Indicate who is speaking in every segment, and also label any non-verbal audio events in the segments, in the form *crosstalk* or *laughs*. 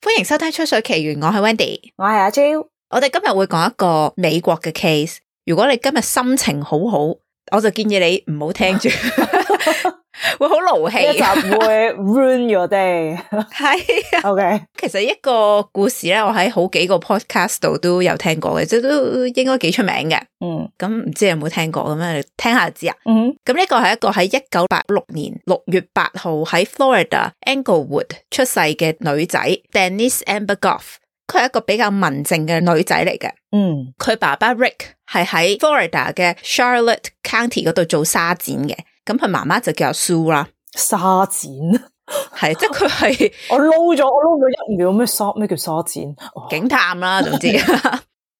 Speaker 1: 歡迎收聽《吹水奇緣》，我係 Wendy。
Speaker 2: 我係阿 Jo，
Speaker 1: 我哋今日會講一個美國嘅 case。如果你今日心情好好，我就建議你唔好聽
Speaker 2: *laughs*
Speaker 1: 住，會好勞
Speaker 2: 呢一
Speaker 1: 氣
Speaker 2: 集。會 ruin
Speaker 1: *laughs*
Speaker 2: your day。
Speaker 1: 係啊，
Speaker 2: OK，
Speaker 1: 其實一個故事咧，我喺好幾個 podcast 度都有聽過嘅，即係都應該幾出名嘅。
Speaker 2: 嗯
Speaker 1: 咁唔知你有冇聽過咁樣？你聽下就知啊。
Speaker 2: 嗯
Speaker 1: 咁呢個係一個喺一九八六年六月八號喺 Florida Englewood 出世嘅女仔 Denise Amber Goff，佢係一個比較文靜嘅女仔嚟嘅。
Speaker 2: 嗯
Speaker 1: 佢爸爸 Rick 係喺 Florida 嘅 Charlotte County 嗰度做沙展嘅，咁佢媽媽就叫阿 Sue 啦，
Speaker 2: 沙展， *laughs*
Speaker 1: 係即係佢係
Speaker 2: 我撈咗，我撈咗一秒咩沙咩叫沙展？哦
Speaker 1: 警探啦，總之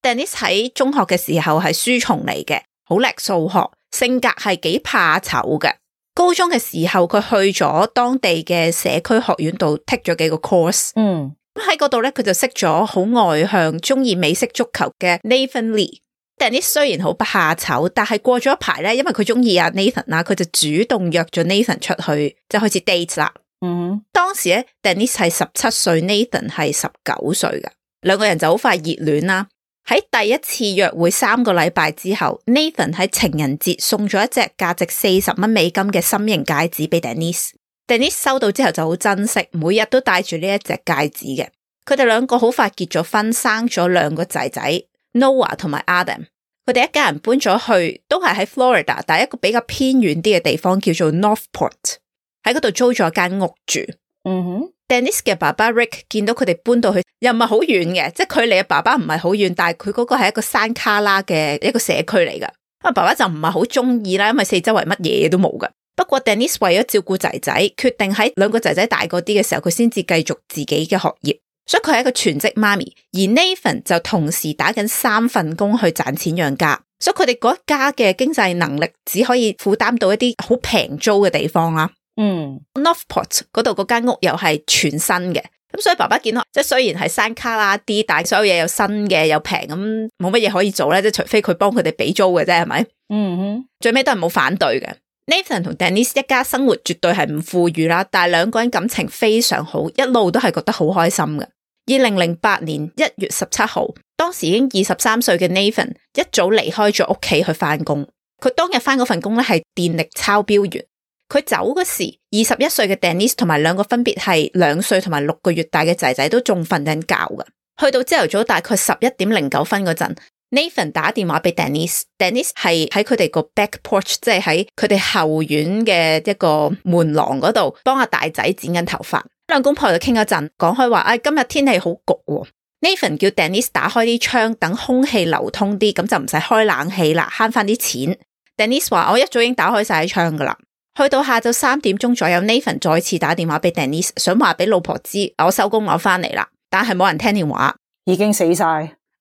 Speaker 1: Denise 喺中學嘅時候係書蟲嚟嘅，好叻數學，性格係幾怕醜嘅。高中嘅時候，佢去咗當地嘅社區學院度 take 咗幾個 course，
Speaker 2: 嗯
Speaker 1: 咁喺嗰度咧，佢就識咗好外向、中意美式足球嘅 Nathan Lee。Dennis 雖然好不怕醜，但係過咗一排咧，因為佢中意阿 Nathan 啦，佢就主動約咗 Nathan 出去，就開始 date 啦。
Speaker 2: 嗯
Speaker 1: 當時咧，Dennis 係十七歲，Nathan 係十九歲噶，兩個人就好快熱戀啦。喺第一次約會三個禮拜之後，Nathan 喺情人節送咗一隻價值四十蚊美金嘅心形戒指俾 Dennis。Dennis 收到之後就好珍惜，每日都戴住呢一隻戒指嘅。佢哋兩個好快結咗婚，生咗兩個仔仔 Noah 同埋 Adam。佢哋一家人搬咗去，都係喺 Florida，但係一個比較偏遠啲嘅地方叫做 Northport，喺嗰度租咗間屋住。
Speaker 2: 嗯哼，
Speaker 1: Dennis 嘅爸爸 Rick 見到佢哋搬到去，又唔係好遠嘅，即係距離嘅爸爸唔係好遠，但係佢嗰個係一個山卡拉嘅一個社區嚟噶。阿爸爸就唔係好中意啦，因為四周圍乜嘢都冇噶。不過 Dennis 為咗照顧仔仔，決定喺兩個仔仔大個啲嘅時候，佢先至繼續自己嘅學業。所以佢係一個全職媽咪，而 Nathan 就同時打緊三份工去賺錢養家。所以佢哋嗰一家嘅經濟能力只可以負擔到一啲好平租嘅地方啦。
Speaker 2: 嗯
Speaker 1: Northport 嗰度嗰間屋又係全新嘅，咁所以爸爸見到即係雖然係山卡拉啲，但係所有嘢又新嘅又平，咁冇乜嘢可以做咧，即係除非佢幫佢哋俾租嘅啫，係咪？
Speaker 2: 嗯
Speaker 1: 最尾都係冇反對嘅。Nathan 同 Denise 一家生活絕對係唔富裕啦，但係兩個人感情非常好，一路都係覺得好開心嘅。二零零八年一月十七號，當時已經二十三歲嘅 Nathan 一早離開咗屋企去翻工。佢當日翻嗰份工咧係電力抄標員。佢走嗰時，二十一歲嘅 Denise 同埋兩個分別係兩歲同埋六個月大嘅仔仔都仲瞓緊覺嘅。去到朝頭早大概十一點零九分嗰陣，Nathan 打電話俾 Denise，Denise 係喺佢哋個 back porch，即係喺佢哋後院嘅一個門廊嗰度，幫阿大仔剪緊頭髮。兩公婆就傾咗陣，講開話，唉、哎今日天氣好焗喎。Nathan 叫 Denise 打開啲窗，等空氣流通啲，咁就唔使開冷氣啦，慳翻啲錢。Denise 話：我一早已經打開晒啲窗噶啦。去到下晝三點鐘左右，Nathan 再次打電話俾 Denise，想話俾老婆知我收工，我翻嚟啦，但係冇人聽電話。
Speaker 2: 哼，已經死晒。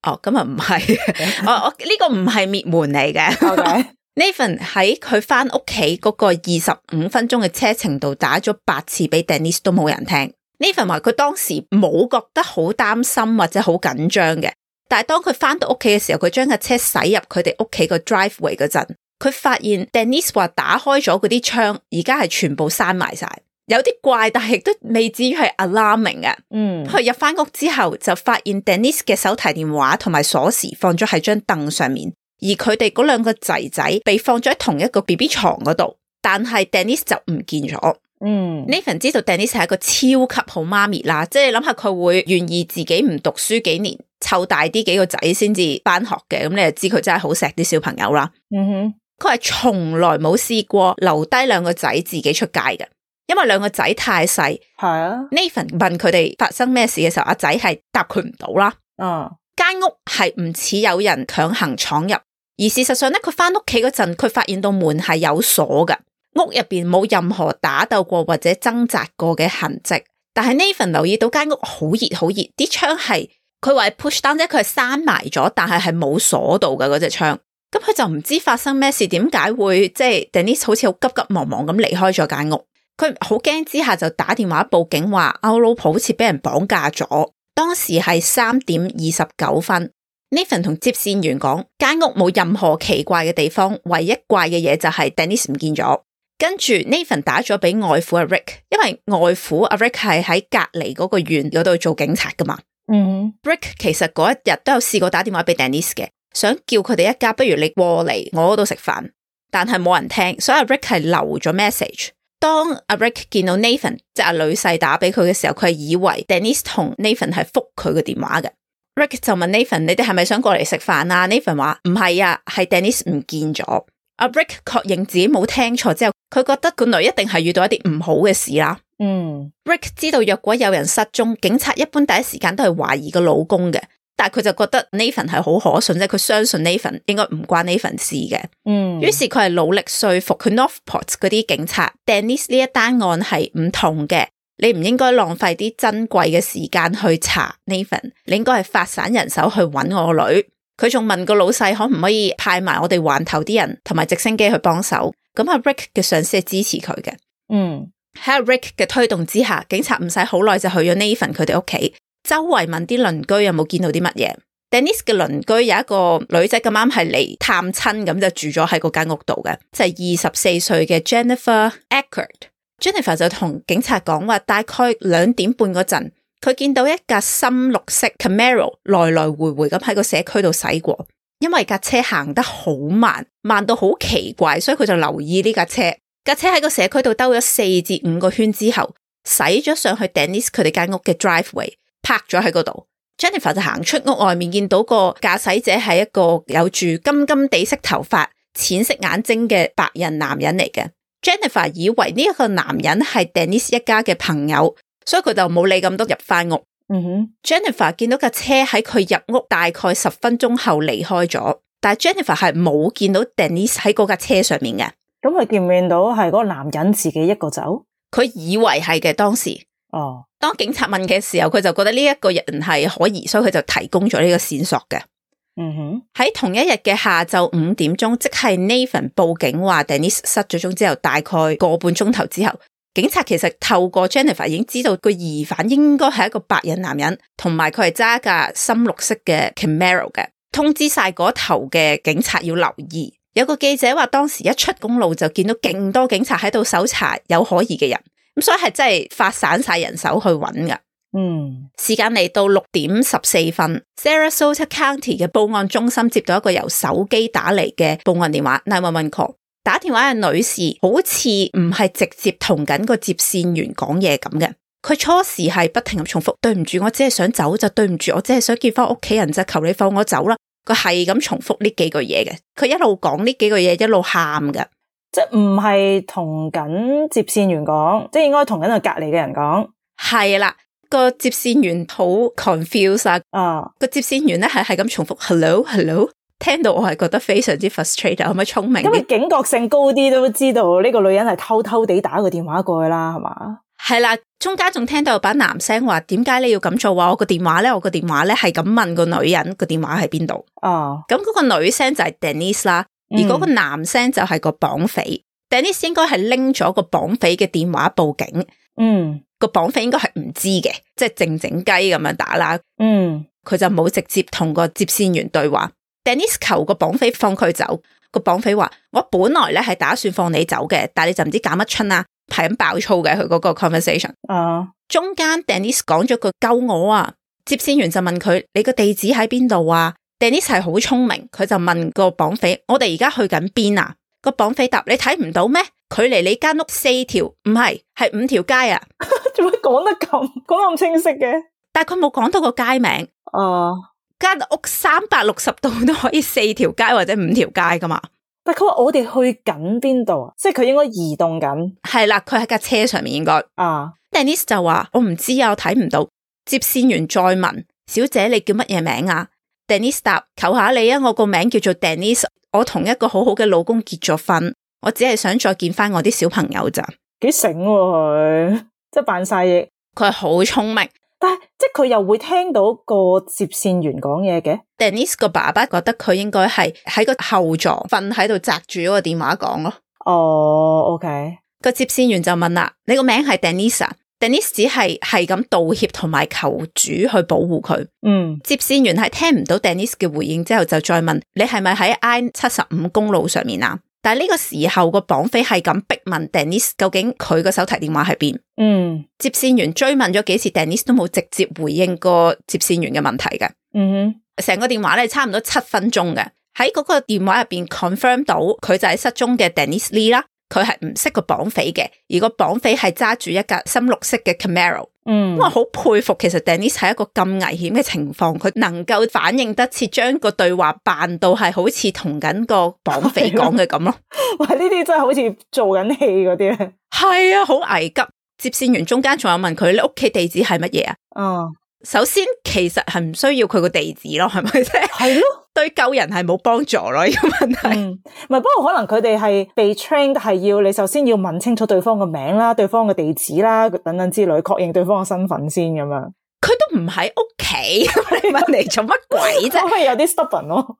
Speaker 1: 哦，咁啊唔係，我我呢個唔係滅門嚟嘅。 *laughs*
Speaker 2: OK，
Speaker 1: Nathan 喺佢翻屋企嗰個二十五分鐘嘅車程度打咗八次俾 Denise 都冇人聽。Nathan 話佢當時冇覺得好擔心或者好緊張嘅，但係當佢翻到屋企嘅時候，佢將架車駛入佢哋屋企個 driveway 嗰陣，佢發現 Denise 話打開咗嗰啲窗，而家係全部閂埋晒，有啲怪，但係亦都未至於係 alarming 嘅。
Speaker 2: 嗯
Speaker 1: 佢入翻屋之後，就發現 Denise 嘅手提電話同埋鎖匙放咗喺張凳上面，而佢哋嗰兩個仔仔被放咗喺同一個 B B 床嗰度，但係 Denise 就唔見咗。
Speaker 2: 嗯
Speaker 1: Nathan 知道 Denise 係一個超級好媽咪啦，即係你諗下佢會願意自己唔讀書幾年，湊大啲幾個仔先至翻學嘅，咁你就知佢真係好錫啲小朋友啦。
Speaker 2: 嗯哼，
Speaker 1: 佢係從來冇試過留低兩個仔自己出街嘅，因為兩個仔太細。
Speaker 2: 係啊，
Speaker 1: Nathan 問佢哋發生咩事嘅時候，阿仔係答佢唔到啦。
Speaker 2: 嗯
Speaker 1: 間屋係唔似有人強行闖入，而事實上咧，佢翻屋企嗰陣，佢發現到門係有鎖嘅，屋入邊冇任何打鬥過或者掙扎過嘅痕跡。但係 Nathan 留意到間屋好熱好熱，啲窗係佢話係 push down 啫，佢係閂埋咗，但係係冇鎖到嘅嗰隻窗。咁佢就唔知發生咩事，點解會即係 Denise 好似好急急忙忙咁離開咗間屋。佢好驚之下就打電話報警話，啊我老婆好似俾人綁架咗。當時係三點二十九分 Nathan 同接線員講，間屋冇任何奇怪嘅地方，唯一怪嘅嘢就係 Denise 唔見咗。跟住 Nathan 打咗俾外父阿 Rick，因為外父阿 Rick 係喺隔離嗰個縣嗰度做警察噶嘛。
Speaker 2: 嗯
Speaker 1: Rick 其實嗰一日都有試過打電話俾 Denise 嘅，想叫佢哋一家不如你過嚟我嗰度食飯，但係冇人聽，所以阿 Rick 係留咗 message。當阿 Rick 見到 Nathan 即係阿女婿打俾佢嘅時候，佢係以為 Denise 同 Nathan 係覆佢嘅電話嘅。Rick 就問 Nathan：你哋係咪想過嚟食飯啊？Nathan 話唔係啊，係 Denise 唔見咗。阿 Rick 確認自己冇聽錯之後，佢覺得個女一定係遇到一啲唔好嘅事啦。
Speaker 2: 嗯
Speaker 1: Rick 知道若果有人失蹤，警察一般第一時間都係懷疑個老公嘅，但係佢就覺得 Nathan 係好可信啫，佢相信 Nathan 應該唔關 Nathan 事嘅。
Speaker 2: 嗯，
Speaker 1: 於是佢係努力說服佢 Northport 嗰啲警察，Denise 呢一單案係唔同嘅，你唔應該浪費啲珍貴嘅時間去查 Nathan，你應該係發散人手去揾我個女。佢仲問個老細可唔可以派埋我哋環頭啲人同埋直升機去幫手，咁阿 Rick 嘅上司係支持佢嘅。
Speaker 2: 嗯
Speaker 1: 喺阿 Rick 嘅推動之下，警察唔使好耐就去咗 Nathan 佢哋屋企，周圍問啲鄰居有冇見到啲乜嘢。Denise 嘅鄰居有一個女仔咁啱係嚟探親，咁就住咗喺嗰間屋度嘅，就係二十四歲嘅 Jennifer Eckert。Jennifer 就同警察講話，大概兩點半嗰陣，佢見到一架深綠色 Camaro 來來回回咁喺個社區度駛過，因為架車行得好慢，慢到好奇怪，所以佢就留意呢架車。架車喺個社區度兜咗四至五個圈之後，駛咗上去 Denise 佢哋間屋嘅 driveway，泊咗喺嗰度。Jennifer 就行出屋外面，見到個駕駛者係一個有住金金地色頭髮、淺色眼睛嘅白人男人嚟嘅。Jennifer 以為呢一個男人係 Denise 一家嘅朋友，所以佢就冇理咁多入翻屋。
Speaker 2: 嗯哼
Speaker 1: Jennifer 見到架車喺佢入屋大概十分鐘後離開咗，但係 Jennifer 係冇見到 Denise 喺嗰架車上面嘅。
Speaker 2: 咁佢見唔見到係嗰個男人自己一個走？
Speaker 1: 佢以為係嘅，當時
Speaker 2: 哦，
Speaker 1: 當警察問嘅時候，佢就覺得呢一個人係可疑，所以佢就提供咗呢個線索嘅。
Speaker 2: 嗯哼，
Speaker 1: 喺同一日嘅下晝五點鐘，即係 Nathan 報警話 Denise 失咗蹤之後，大概個半鐘頭之後，警察其實透過 Jennifer 已經知道個疑犯應該係一個白人男人，同埋佢係揸一架深綠色嘅 Camaro 嘅，通知晒嗰頭嘅警察要留意。有個記者話，當時一出公路就見到勁多警察喺度搜查有可疑嘅人，咁所以係真係發散晒人手去揾噶。
Speaker 2: 嗯
Speaker 1: 時間嚟到六點十四分，Sarasota County 嘅報案中心接到一個由手機打嚟嘅報案電話911 call。打電話嘅女士好似唔係直接同緊個接線員講嘢咁嘅，佢初時係不停咁重複，對唔住，我只係想走就對唔住，我只係想見翻屋企人就求你放我走啦。佢係咁重複呢幾句嘢嘅，佢一路講呢幾句嘢，一路喊嘅。
Speaker 2: 即系唔係同緊接線員講，即系应该同緊佢隔離嘅人講
Speaker 1: 係啦，個接線員好 confuse 啊，
Speaker 2: 啊，
Speaker 1: 個接線員咧係係咁重複 hello hello，聽到我係覺得非常之 frustrated，可唔可以聰明
Speaker 2: 因為
Speaker 1: 啲？
Speaker 2: 警覺性高啲都知道呢個女人係偷偷地打個電話過去啦，係嘛？
Speaker 1: 係啦，中間仲聽到有把男聲話：點解你要咁做？話我個電話咧，我個電話咧係咁問個女人個電話喺邊度。
Speaker 2: 啊，
Speaker 1: 咁嗰個女聲就係 Denise 啦，而嗰個
Speaker 2: 嗯
Speaker 1: 男聲就係個綁匪。Denise 應該係拎咗個綁匪嘅電話報警，
Speaker 2: 嗯
Speaker 1: 個綁匪應該係唔知嘅，即係靜靜雞咁樣打啦。
Speaker 2: 嗯
Speaker 1: 佢就冇直接同個接線員對話。Denise 求個綁匪放佢走，個綁匪話：我本來咧係打算放你走嘅，但係你就唔知搞乜春啦，係咁爆粗嘅佢嗰個 conversation。
Speaker 2: 啊， *laughs*
Speaker 1: 中間 Denise 講咗句救我啊！接線員就問佢：你個地址喺邊度啊？Denise 係好聰明，佢就問個綁匪：我哋而家去緊邊啊？個綁匪答：你睇唔到咩？距離你間屋四條，唔係係五條街啊！
Speaker 2: 做乜講得咁講得咁清晰嘅？
Speaker 1: 但係佢冇講到個街名。
Speaker 2: 啊，
Speaker 1: 间屋三百六十度都可以四條街或者五條街噶嘛。
Speaker 2: 但佢話我哋去緊邊度啊？即係佢應該移動緊
Speaker 1: 係啦，佢喺架車上面應該。
Speaker 2: 啊，
Speaker 1: Denise 就話：我唔知啊，我睇唔到。接線員再問：小姐你叫乜嘢名啊？Denise 答：求下你啊，我個名叫做 Denise，我同一個好好嘅老公結咗婚，我只係想再見翻我啲小朋友咋。
Speaker 2: 幾醒喎佢， *laughs* 即係扮晒嘢。
Speaker 1: 佢係好聰明。
Speaker 2: 但系即系佢又會聽到個接線員講嘢嘅，
Speaker 1: Denise 個爸爸覺得佢應該係喺個後座瞓喺度擲住嗰個電話講咯。
Speaker 2: 哦，OK，
Speaker 1: 個接線員就問啦：你個名係 Denise 啊？ Denise 只係係咁道歉同埋求主去保護佢。
Speaker 2: 嗯
Speaker 1: 接線員係聽唔到 Denise 嘅回應之後，就再問你係咪喺 I 七十五公路上面啊？但係呢個時候個綁匪係咁逼問 Denise 究竟佢個手提電話喺邊？
Speaker 2: 嗯
Speaker 1: 接線員追問咗幾次，Denise 都冇直接回應過接線員嘅問題嘅。
Speaker 2: 嗯哼
Speaker 1: 成個電話咧差唔多七分鐘嘅，喺嗰個電話入邊 confirm 到佢就係失蹤嘅 Denise Lee 啦，佢係唔識個綁匪嘅，而個綁匪係揸住一架深綠色嘅 Camaro。
Speaker 2: 嗯
Speaker 1: 咁
Speaker 2: *laughs*
Speaker 1: 我好佩服，其實 Denise 係一個咁危險嘅情況，佢能夠反應得切，將個對話扮到係好似同緊個綁匪講嘅咁咯。
Speaker 2: 喂，呢啲真係好似做緊戲嗰啲咧。
Speaker 1: *laughs* 係啊，好危急。接線員中間仲有問佢你屋企地址係乜嘢啊？
Speaker 2: 啊，
Speaker 1: 首先其實係唔需要佢個地址咯，係咪啫？
Speaker 2: 係咯，
Speaker 1: *laughs* 對救人係冇幫助咯，呢個問題。
Speaker 2: 嗯，唔係，不過可能佢哋係被 train 係要你首先要問清楚對方嘅名啦、對方嘅地址啦等等之類，確認對方嘅身份先咁樣。
Speaker 1: 佢都唔喺屋企，你問嚟做乜鬼啫
Speaker 2: 可？唔可以有啲 stubborn 咯？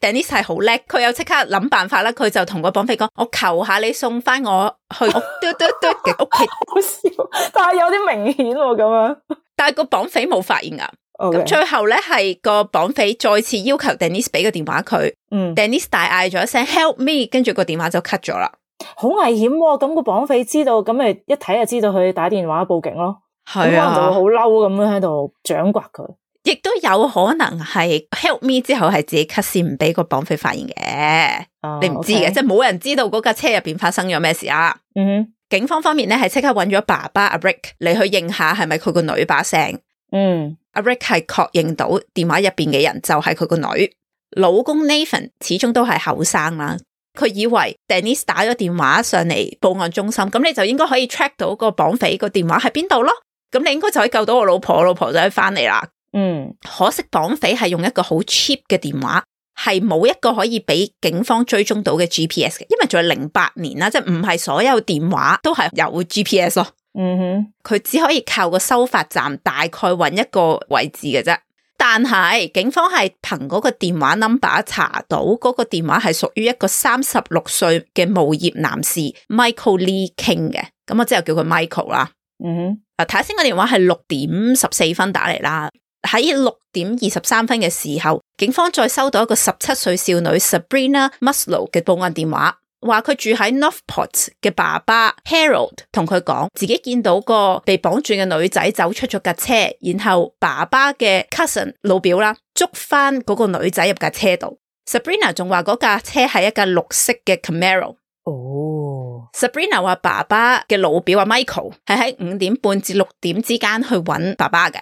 Speaker 1: Denise 係好叻，佢又即刻諗辦法啦。佢就同個綁匪講：我求下你送翻我去我嘟嘟嘟嘅屋企。
Speaker 2: 好笑，但係有啲明顯喎咁樣。
Speaker 1: 但係個綁匪冇發現啊。
Speaker 2: O
Speaker 1: 咁
Speaker 2: K，
Speaker 1: 最後咧係個綁匪再次要求 Denise 俾個電話佢
Speaker 2: 嗯，
Speaker 1: ，Denise 大嗌咗一聲 Help me，跟住個電話就 cut 咗啦。
Speaker 2: 好危險喎！咁個綁匪知道，咁咪一睇就知道佢打電話報警咯。咁可
Speaker 1: 係啊
Speaker 2: 能就會好，嬲咁樣喺度掌摑佢。
Speaker 1: 亦都有可能係 Help me 之後係自己 cut 先，唔俾個綁匪發現嘅。
Speaker 2: 啊
Speaker 1: 你唔知嘅，
Speaker 2: ，OK
Speaker 1: 即係冇人知道嗰架車入邊發生咗咩事啊！
Speaker 2: 嗯哼
Speaker 1: 警方方面咧係即刻揾咗爸爸阿 Rick 嚟去認下係咪佢個女把聲。
Speaker 2: 嗯
Speaker 1: 阿 Rick 係確認到電話入邊嘅人就係佢個女，老公 Nathan 始終都係後生啦。佢以為 Denise 打咗電話上嚟報案中心，咁你就應該可以 track 到個綁匪個電話喺邊度咯。咁你應該就可以救到我老婆，我老婆就可以翻嚟啦。
Speaker 2: 嗯
Speaker 1: 可惜綁匪係用一個好 cheap 嘅電話，係冇一個可以俾警方追蹤到嘅 GPS 嘅，因為仲係零八年啦，即係唔係所有電話都係有 GPS 咯。
Speaker 2: 嗯哼
Speaker 1: 佢只可以靠個收發站大概揾一個位置嘅啫。但係警方係憑嗰個電話 number 查到嗰個電話係屬於一個三十六歲嘅無業男士 Michael Lee King 嘅，咁我之後叫佢 Michael 啦。
Speaker 2: 嗯哼
Speaker 1: 啊，頭先個電話係六點十四分打嚟啦，喺六點二十三分嘅時候，警方再收到一個十七歲少女 Sabrina Muslow 嘅報案電話，話佢住喺 Northport 嘅爸爸 Harold 同佢講，自己見到個被綁住嘅女仔走出咗架車，然後爸爸嘅 cousin 老表啦捉翻嗰個女仔入架車度。Sabrina 仲話嗰架車係一架綠色嘅 Camaro。
Speaker 2: 哦
Speaker 1: Sabrina 話爸爸嘅老表啊 Michael 係喺五點半至六點之間去揾爸爸嘅，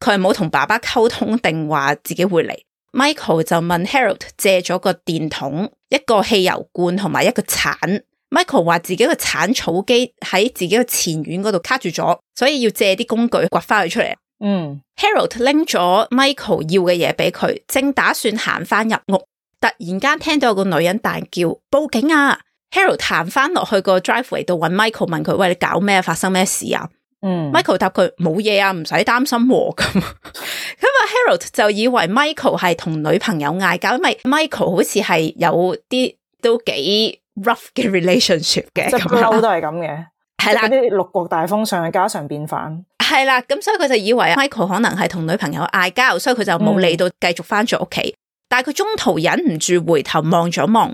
Speaker 1: 佢係冇同爸爸溝通定話自己會嚟。Michael 就問 Harold 借咗個電筒、一個汽油罐同埋一個鏟。Michael 話自己個鏟草機喺自己個前院嗰度卡住咗，所以要借啲工具掘翻佢出嚟。
Speaker 2: 嗯
Speaker 1: Harold 拎咗 Michael 要嘅嘢俾佢，正打算行翻入屋，突然間聽到有個女人大叫報警啊！Harold 行翻落去個 driveway 度揾 Michael 問佢：喂，你搞咩？發生咩事啊
Speaker 2: 嗯
Speaker 1: ？Michael 答佢冇嘢啊，唔使擔心喎咁。咁啊，Harold 就以為 Michael 係同女朋友嗌交，因為 Michael 好似係有啲都幾 rough 嘅 relationship 嘅
Speaker 2: 即係不
Speaker 1: 咁
Speaker 2: 嬲
Speaker 1: 啦，
Speaker 2: 都係咁嘅，
Speaker 1: *laughs* 係啦
Speaker 2: 嗰。啲六國大封相嘅家常便飯。
Speaker 1: 系啦，咁所以佢就以為 Michael 可能係同女朋友嗌交，所以佢就冇理到，繼續翻咗屋企。但係佢中途忍唔住回頭望咗望，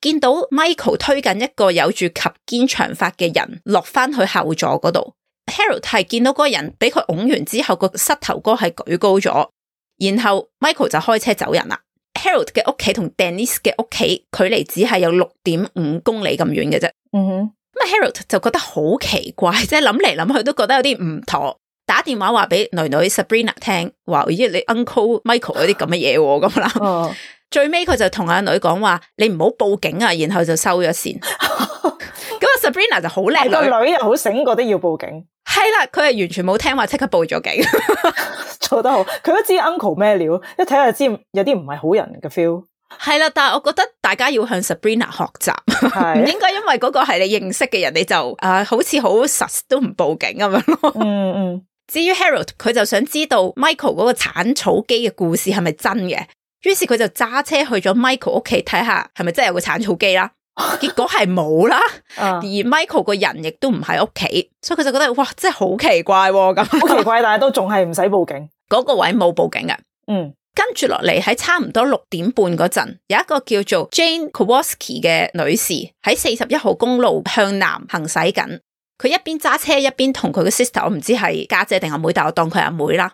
Speaker 1: 見到 Michael 推緊一個有住及肩長髮嘅人落翻去後座嗰度。Harold 係見到嗰個人俾佢拱完之後，個膝頭哥係舉高咗，然後 Michael 就開車走人啦。Harold 嘅屋企同 Denise 嘅屋企距離只係有六點五公里咁遠嘅啫。
Speaker 2: 嗯哼
Speaker 1: *laughs* 咁啊，Harold 就覺得好奇怪， *laughs* 即係諗嚟諗去都覺得有啲唔妥。打電話話俾女女 Sabrina 聽，話咦你 Uncle Michael 嗰啲咁嘅嘢喎咁啦。
Speaker 2: 哦，
Speaker 1: 最尾佢就同阿女講話，你唔好報警啊，然後就收咗
Speaker 2: *laughs*
Speaker 1: 線。咁啊，Sabrina 就好叻
Speaker 2: 係
Speaker 1: 女，
Speaker 2: 個女又好醒，覺得要報警， *laughs*
Speaker 1: 係啦，佢係完全冇聽話，即刻報咗警。
Speaker 2: 做得好。佢都知 uncle 咩料，一睇就知有啲唔係好人
Speaker 1: *laughs*
Speaker 2: 嘅 feel。
Speaker 1: 係啦，但係我覺得大家要向 Sabrina 學習，唔
Speaker 2: 係，
Speaker 1: 應該因為嗰個係你認識嘅人，你就啊、好似好實都唔報警咁樣咯。
Speaker 2: 嗯嗯
Speaker 1: 至於 Harold，佢就想知道 Michael 嗰個鏟草機嘅故事係咪真嘅，於是佢就揸車去咗 Michael 屋企睇下係咪真係有個鏟草機啦。结果系冇啦。 *laughs*
Speaker 2: 啊
Speaker 1: 而 Michael 个人亦都唔喺屋企，所以佢就觉得哇，真系好奇怪喎
Speaker 2: *laughs*
Speaker 1: 咁、
Speaker 2: 好奇怪，但系都仲系唔使報警。
Speaker 1: 嗰個位冇報警嘅。啊
Speaker 2: 嗯
Speaker 1: 跟住落嚟喺差唔多六點半嗰陣，有一個叫做 Jane Kowalski 嘅女士喺四十一號公路向南行駛緊。佢一邊揸車一邊同佢嘅 sister，我唔知係家姐定阿妹，但我當佢係阿妹啦，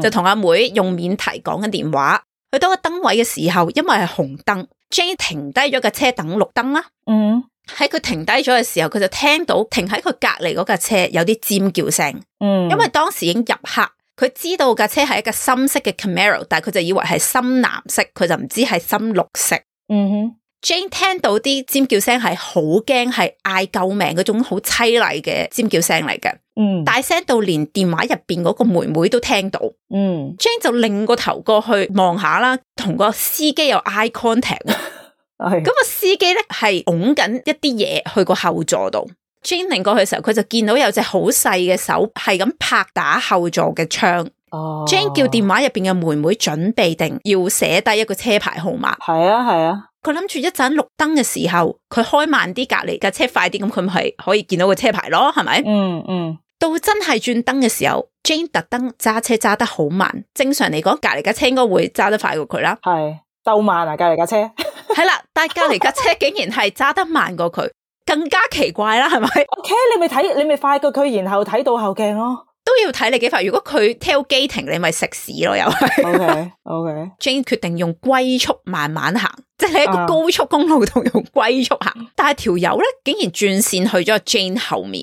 Speaker 1: *laughs* 就同阿妹用免提講緊電話。去到個燈位嘅時候，因為係紅燈，Jane 停低咗架車等綠燈啦。
Speaker 2: 嗯
Speaker 1: 喺佢停低咗嘅時候，佢就聽到停喺佢隔離嗰架車有啲尖叫聲。
Speaker 2: 嗯，
Speaker 1: 因為當時已經入黑，佢知道架車係一架深色嘅 Camaro，但系佢就以為係深藍色，佢就唔知係深綠色。
Speaker 2: 嗯哼
Speaker 1: Jane 聽到啲尖叫聲係好驚，係嗌救命嗰種好凄厲嘅尖叫聲嚟嘅，
Speaker 2: 嗯
Speaker 1: 大聲到連電話入边嗰個妹妹都聽到。
Speaker 2: 嗯
Speaker 1: Jane 就拧個頭過去望下啦，同個司機有 eye
Speaker 2: *laughs*
Speaker 1: contact 喎。
Speaker 2: 係
Speaker 1: 咁個司機咧係拱緊一啲嘢去個後座度。Jane 拧過去嘅時候，佢就見到有隻好細嘅手係咁拍打後座嘅窗。
Speaker 2: 哦
Speaker 1: Jane 叫電話入边嘅妹妹準備定要寫低一個車牌號碼。
Speaker 2: 係啊係啊，
Speaker 1: 佢諗住一陣綠燈嘅時候，佢開慢啲，隔離架車快啲，咁佢咪可以見到個車牌咯，係咪？
Speaker 2: 嗯嗯。
Speaker 1: 到真係轉燈嘅時候，Jane 特登揸車揸得好慢。正常嚟講，隔離架車應該會揸得快過佢啦
Speaker 2: 係鬥慢啊，隔離架車
Speaker 1: 係啦，但係隔離架車竟然係揸得慢過佢，更加奇怪啦，係咪？
Speaker 2: OK，你咪睇，你咪快過佢，然後睇到後鏡咯。
Speaker 1: 都要睇你幾快。如果佢 tailgating，你咪食屎咯，又係。 *laughs*
Speaker 2: OK OK，
Speaker 1: Jane 決定用龜速慢慢行，即係你喺個
Speaker 2: 啊
Speaker 1: 高速公路度用龜速行，但係條友咧竟然轉線去咗 Jane 後面，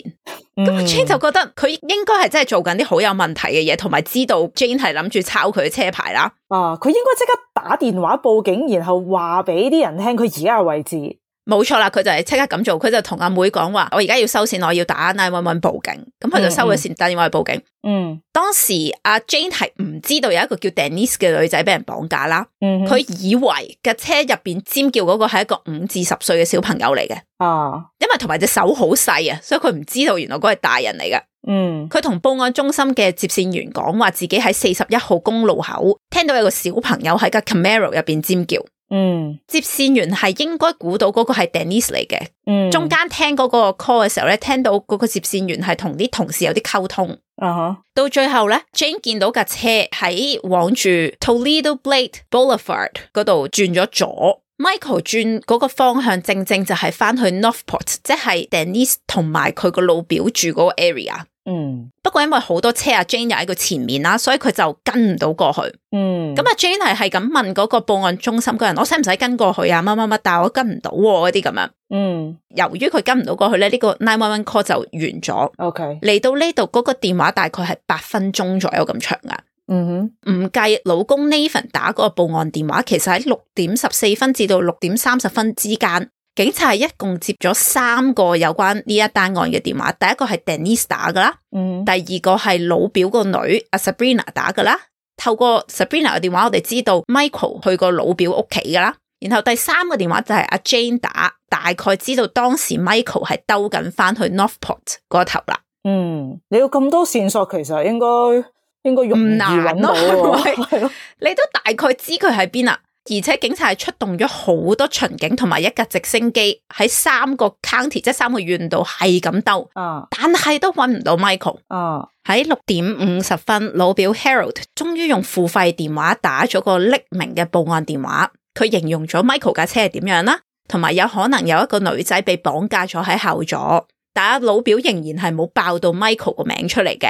Speaker 2: 咁
Speaker 1: 咁、Jane
Speaker 2: 嗯
Speaker 1: 就覺得佢應該係真係做緊啲好有問題嘅嘢，同埋知道 Jane 係諗住抄佢嘅車牌啦。
Speaker 2: 啊，佢應該即刻打電話報警，然後話俾啲人聽佢而家嘅位置。
Speaker 1: 冇錯啦，佢就係即刻咁做，佢就同阿妹講話：我而家要收線，我要打 nine one one 報警。咁佢就收咗線，打電話去報警。
Speaker 2: 嗯
Speaker 1: 當時阿 Jane 係唔知道有一個叫 Denise 嘅女仔俾人綁架啦，
Speaker 2: 嗯哼，
Speaker 1: 佢以為架車入邊尖叫嗰個係一個五至十歲嘅小朋友嚟嘅。
Speaker 2: 啊，
Speaker 1: 因为同埋只手好细啊，所以佢唔知道原来嗰系大人嚟嘅。
Speaker 2: 嗯
Speaker 1: 佢同报案中心嘅接线员讲话，自己喺四十一号公路口听到有个小朋友喺架 Camaro 入边尖叫。
Speaker 2: 嗯
Speaker 1: 接线员系应该估到嗰个系 Denise 嚟嘅，
Speaker 2: 嗯，
Speaker 1: 中间听嗰个 call 嘅时候咧，听到嗰个接线员系同啲同事有啲沟通。
Speaker 2: 啊哈，
Speaker 1: 到最後咧，Jane 見到架車喺往住 Toledo Blade Boulevard 嗰度轉咗左，Michael 轉嗰個方向正正就係翻去 Northport，即係 Denise 同埋佢個老表住嗰個 area。
Speaker 2: 嗯
Speaker 1: 不過因為好多車啊，Jane 又喺佢前面啦，所以佢就跟唔到過去。
Speaker 2: 嗯，
Speaker 1: 咁啊，Jane 係係咁問嗰個報案中心嗰人：我使唔使跟過去啊？乜乜乜，但係我跟唔到喎嗰啲咁樣。
Speaker 2: 嗯
Speaker 1: 由於佢跟唔到過去咧，呢、個 nine one one call 就完咗。
Speaker 2: ，OK，
Speaker 1: 嚟到呢度嗰個電話大概係八分鐘左右咁長啊噶。
Speaker 2: 嗯哼。
Speaker 1: 唔計老公 Nathan 打嗰個報案電話，其實喺六點十四分至到六點三十分之間，警察係一共接咗三個有關呢一單案嘅電話。第一個係 Denise 打噶啦，
Speaker 2: 嗯
Speaker 1: 第二個係老表個女阿 Sabrina 打噶啦。透過 Sabrina 嘅電話，我哋知道 Michael 去過老表屋企噶啦。然後第三個電話就係阿 Jane 打，大概知道當時 Michael 係兜緊翻去 Northport 嗰頭啦。
Speaker 2: 嗯，你要咁多線索，其實應該應該容易
Speaker 1: 唔難
Speaker 2: 揾
Speaker 1: 咯
Speaker 2: 到喎，
Speaker 1: 係
Speaker 2: *laughs* 係咯，
Speaker 1: 你都大概知佢喺邊啦。而且警察係出動咗好多巡警同埋一架直升機喺三個 county，即係三個縣度係咁兜，
Speaker 2: 啊
Speaker 1: 但係都揾唔到 Michael。
Speaker 2: 啊，
Speaker 1: 喺六點五十分，老表 Harold 終於用付費電話打咗個匿名嘅報案電話。佢形容咗 Michael 架車係點樣啦，同埋有可能有一個女仔被綁架咗喺後座，但係老表仍然係冇爆到 Michael 個名出嚟嘅。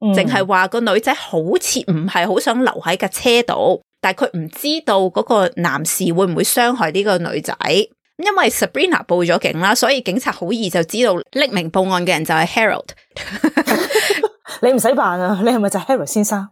Speaker 2: 嗯
Speaker 1: 淨係話個女仔好似唔係好想留喺架車度，但係佢唔知道嗰個男士會唔會傷害呢個女仔。因為 Sabrina 報咗警啦，所以警察好易就知道匿名報案嘅人就係 Harold。
Speaker 2: 你唔使扮啊，你係咪就係 Harry 先生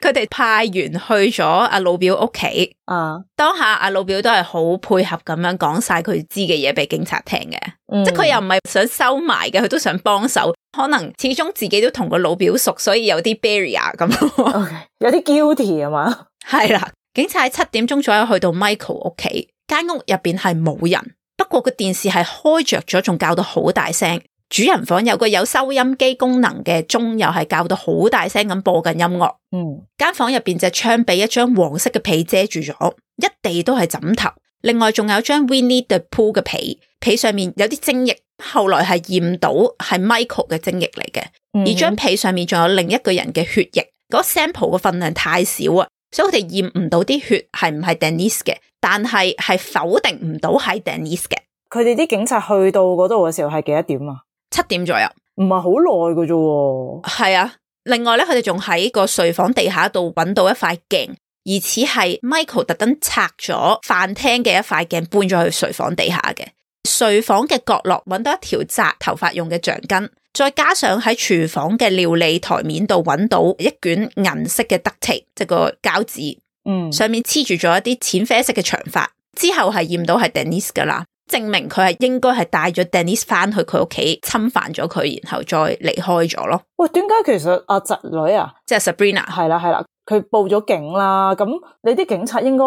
Speaker 1: 佢哋派員去咗阿老表屋企，
Speaker 2: 啊？
Speaker 1: 當下阿老表都係好配合咁樣講晒佢知嘅嘢俾警察聽嘅，即
Speaker 2: 即
Speaker 1: 係佢又唔係想收埋嘅，佢都想幫手。可能始終自己都同個老表熟，所以有啲 barrier 咁咯。
Speaker 2: OK，有啲 guilty 啊嘛，
Speaker 1: 系啦，警察喺七点钟左右去到 Michael 屋企，间屋入边系冇人，不过个电视系开着咗，仲教到好大声。主人房有个有收音机功能嘅钟，又系教到好大声咁播紧音乐。
Speaker 2: 嗯
Speaker 1: 间房入边只窗被一张黄色嘅被遮住咗，一地都系枕头。另外仲有張 Winnie the Pooh 嘅被，被上面有啲精液，後來係驗到係 Michael 嘅精液嚟嘅。
Speaker 2: 嗯
Speaker 1: 而張被上面仲有另一個人嘅血液，嗰、sample 嘅份量太少啊，所以佢哋驗唔到啲血係唔係 Denise 嘅，但係係否定唔到係 Denise 嘅。
Speaker 2: 佢哋啲警察去到嗰度嘅時候係幾多點啊？
Speaker 1: 七點左右，
Speaker 2: 唔係好耐嘅啫喎。
Speaker 1: 係啊。另外咧，佢哋仲喺個睡房地下度揾到一塊鏡，而似係 Michael 特登拆咗飯廳嘅一塊鏡，搬咗去睡房地下嘅。睡房嘅角落揾到一條紮頭髮用嘅橡筋，再加上喺廚房嘅料理台面度揾到一卷銀色嘅 duct tape，即係個膠紙，
Speaker 2: 嗯，
Speaker 1: 上面黐住咗一啲淺啡色嘅長髮。之後係驗到係 Denise 噶啦，證明佢係應該係帶咗 Denise 翻去佢屋企，侵犯咗佢，然後再離開咗咯。
Speaker 2: 喂，點解其實阿侄女啊，
Speaker 1: 即係 Sabrina
Speaker 2: 係啦係啦，佢報咗警啦，咁你啲警察應該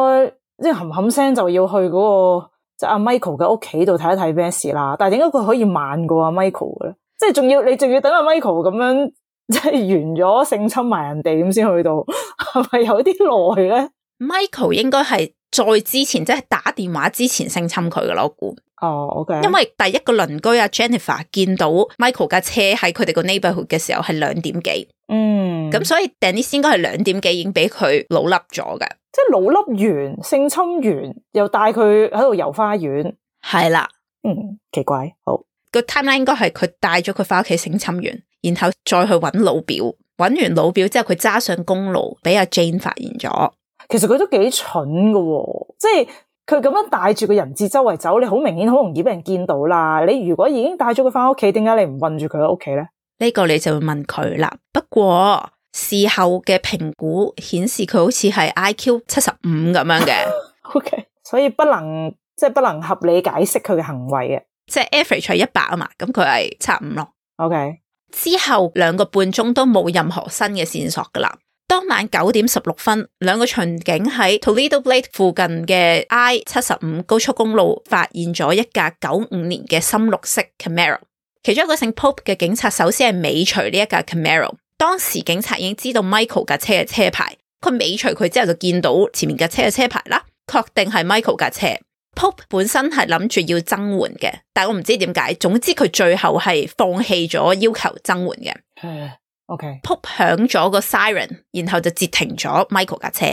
Speaker 2: 即係冚冚聲就要去嗰、個即係阿 Michael 嘅屋企度睇一睇咩事啦。但係點解佢可以慢過阿 Michael 嘅咧？即係仲要你仲要等阿 Michael 咁樣 *laughs* 即係完咗性侵埋人哋咁先去到，係咪有啲耐咧？
Speaker 1: Michael 應該係再之前，即係打電話之前性侵佢噶啦，我估。
Speaker 2: 哦，OK，
Speaker 1: 因為第一個鄰居阿 Jennifer 見到 Michael 架車喺佢哋個 neighborhood 嘅時候係兩點幾，
Speaker 2: 嗯，
Speaker 1: 咁、所以 Denise 應該係兩點幾已經俾佢老笠咗嘅。
Speaker 2: 即係老笠完性侵完，又帶佢喺度遊花園，
Speaker 1: 係啦，
Speaker 2: 嗯，奇怪，好，
Speaker 1: 個 timeline 應該係佢帶咗佢翻屋企性侵完，然後再去揾老表，揾完老表之後佢揸上公路，俾阿 Jane 發現咗。
Speaker 2: 其實佢都幾蠢噶、喎，即係佢咁樣帶住個人質周圍走，你好明顯好容易俾人見到啦。你如果已經帶咗佢翻屋企，點解你唔困住佢喺屋企咧？
Speaker 1: 呢個你就會問佢啦。不過事後嘅評估顯示佢好似係 IQ 七十五咁樣嘅。
Speaker 2: OK，所以不能即係不能合理解釋佢嘅行為啊嘅。
Speaker 1: 即系 average 係一百啊嘛，咁佢係七五咯。
Speaker 2: OK，
Speaker 1: 之後兩個半鐘都冇任何新嘅線索噶啦。當晚九點十六分，兩個巡警喺 Toledo Blade 附近嘅 I 七十五高速公路發現咗一架九五年嘅深綠色 Camaro。其中一個姓 Pope 嘅警察首先係尾隨呢一架 Camaro。當時警察已經知道 Michael 架車嘅車牌，佢尾隨佢之後就見到前面架車嘅車牌啦，確定係 Michael 架車。Pope 本身係諗住要增援嘅，但我唔知點解。總之佢最後係放棄咗要求增援嘅。
Speaker 2: 唉 OK，
Speaker 1: Pope 響咗個 siren，然後就截停咗 Michael 架車。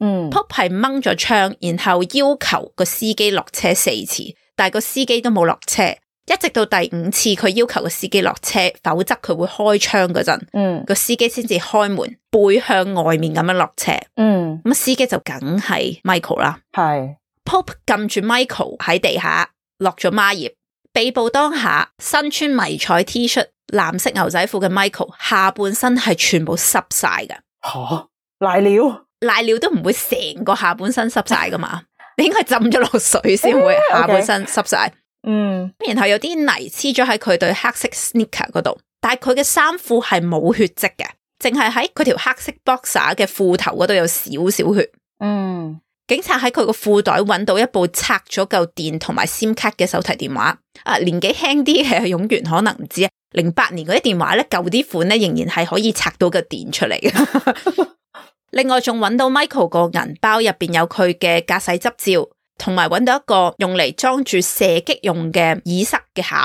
Speaker 2: 嗯
Speaker 1: Pope 係掹咗槍，然後要求個司機落車四次，但係個司機都冇落車。一直到第五次佢要求個司機落車，否則佢會開槍嗰陣，
Speaker 2: 嗯
Speaker 1: 個司機先至開門背向外面咁樣落車。
Speaker 2: 嗯，
Speaker 1: 咁司機就梗係 Michael 啦。
Speaker 2: 係
Speaker 1: Pope 撳住 Michael 喺地下落咗孖葉，被捕當下，身穿迷彩 T 恤、藍色牛仔褲嘅 Michael 下半身係全部濕晒噶，
Speaker 2: 吓瀨尿，
Speaker 1: 瀨尿都唔會成個下半身濕晒噶嘛， *laughs* 你應該浸咗落水先會
Speaker 2: okay
Speaker 1: 下半身濕晒。
Speaker 2: 嗯
Speaker 1: 然後有啲泥黐咗喺佢對黑色 sneaker 嗰度，但係佢嘅衫褲係冇血跡嘅，淨係喺佢條黑色 boxer 嘅褲頭嗰度有少少血。
Speaker 2: 嗯
Speaker 1: 警察喺佢個褲袋揾到一部拆咗嚿電同埋 SIM 卡嘅手提電話。啊，年紀輕啲嘅勇員可能唔知啊，零八年嗰啲電話咧，舊啲款咧仍然係可以拆到個電出嚟嘅。 *laughs* 另外仲揾到 Michael 個銀包入邊有佢嘅駕駛執照，同埋揾到一個用嚟裝住射擊用嘅耳塞嘅盒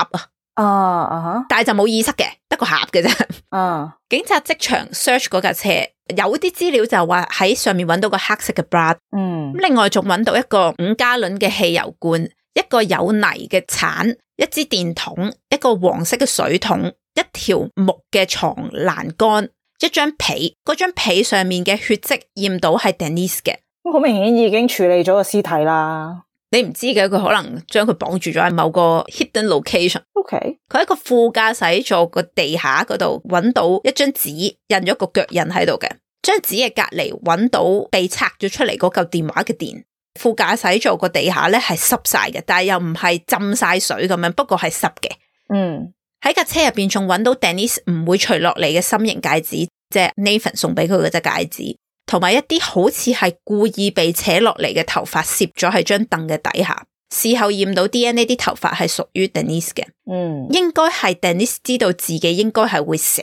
Speaker 1: 啊，
Speaker 2: 啊啊
Speaker 1: 但係就冇耳塞嘅，得個盒嘅啫。 *laughs*
Speaker 2: 哈啊
Speaker 1: 警察即場 search 嗰架車，有啲資料就話喺上面揾到個黑色嘅 bra
Speaker 2: 嗯
Speaker 1: 咁另外仲揾到一個五加侖嘅汽油罐，一個有泥嘅鏟，一支電筒，一個黃色嘅水桶，一條木嘅床欄杆，一張被。嗰張被上面嘅血跡驗到係 Denise 嘅。
Speaker 2: 咁好明顯已經處理咗個屍體啦。
Speaker 1: 你唔知嘅，佢可能將佢綁住咗喺某個 hidden location。
Speaker 2: OK，
Speaker 1: 佢喺個副駕駛座個地下嗰度揾到一張紙，印咗個腳印喺度嘅。張紙嘅隔離揾到被拆咗出嚟嗰嚿電話嘅電。副駕駛座個地下咧係濕晒嘅，但係又唔係浸晒水咁樣，不過係濕嘅。
Speaker 2: 嗯
Speaker 1: 喺架車入邊仲揾到 Denise 唔會除落嚟嘅心形戒指，即係 Nathan 送俾佢嗰隻戒指，同埋一啲好似係故意被扯落嚟嘅頭髮攝咗喺張凳嘅底下。事後驗到 DNA 啲頭髮係屬於 Denise 嘅。
Speaker 2: 嗯。
Speaker 1: 應該係 Denise 知道自己應該係會死，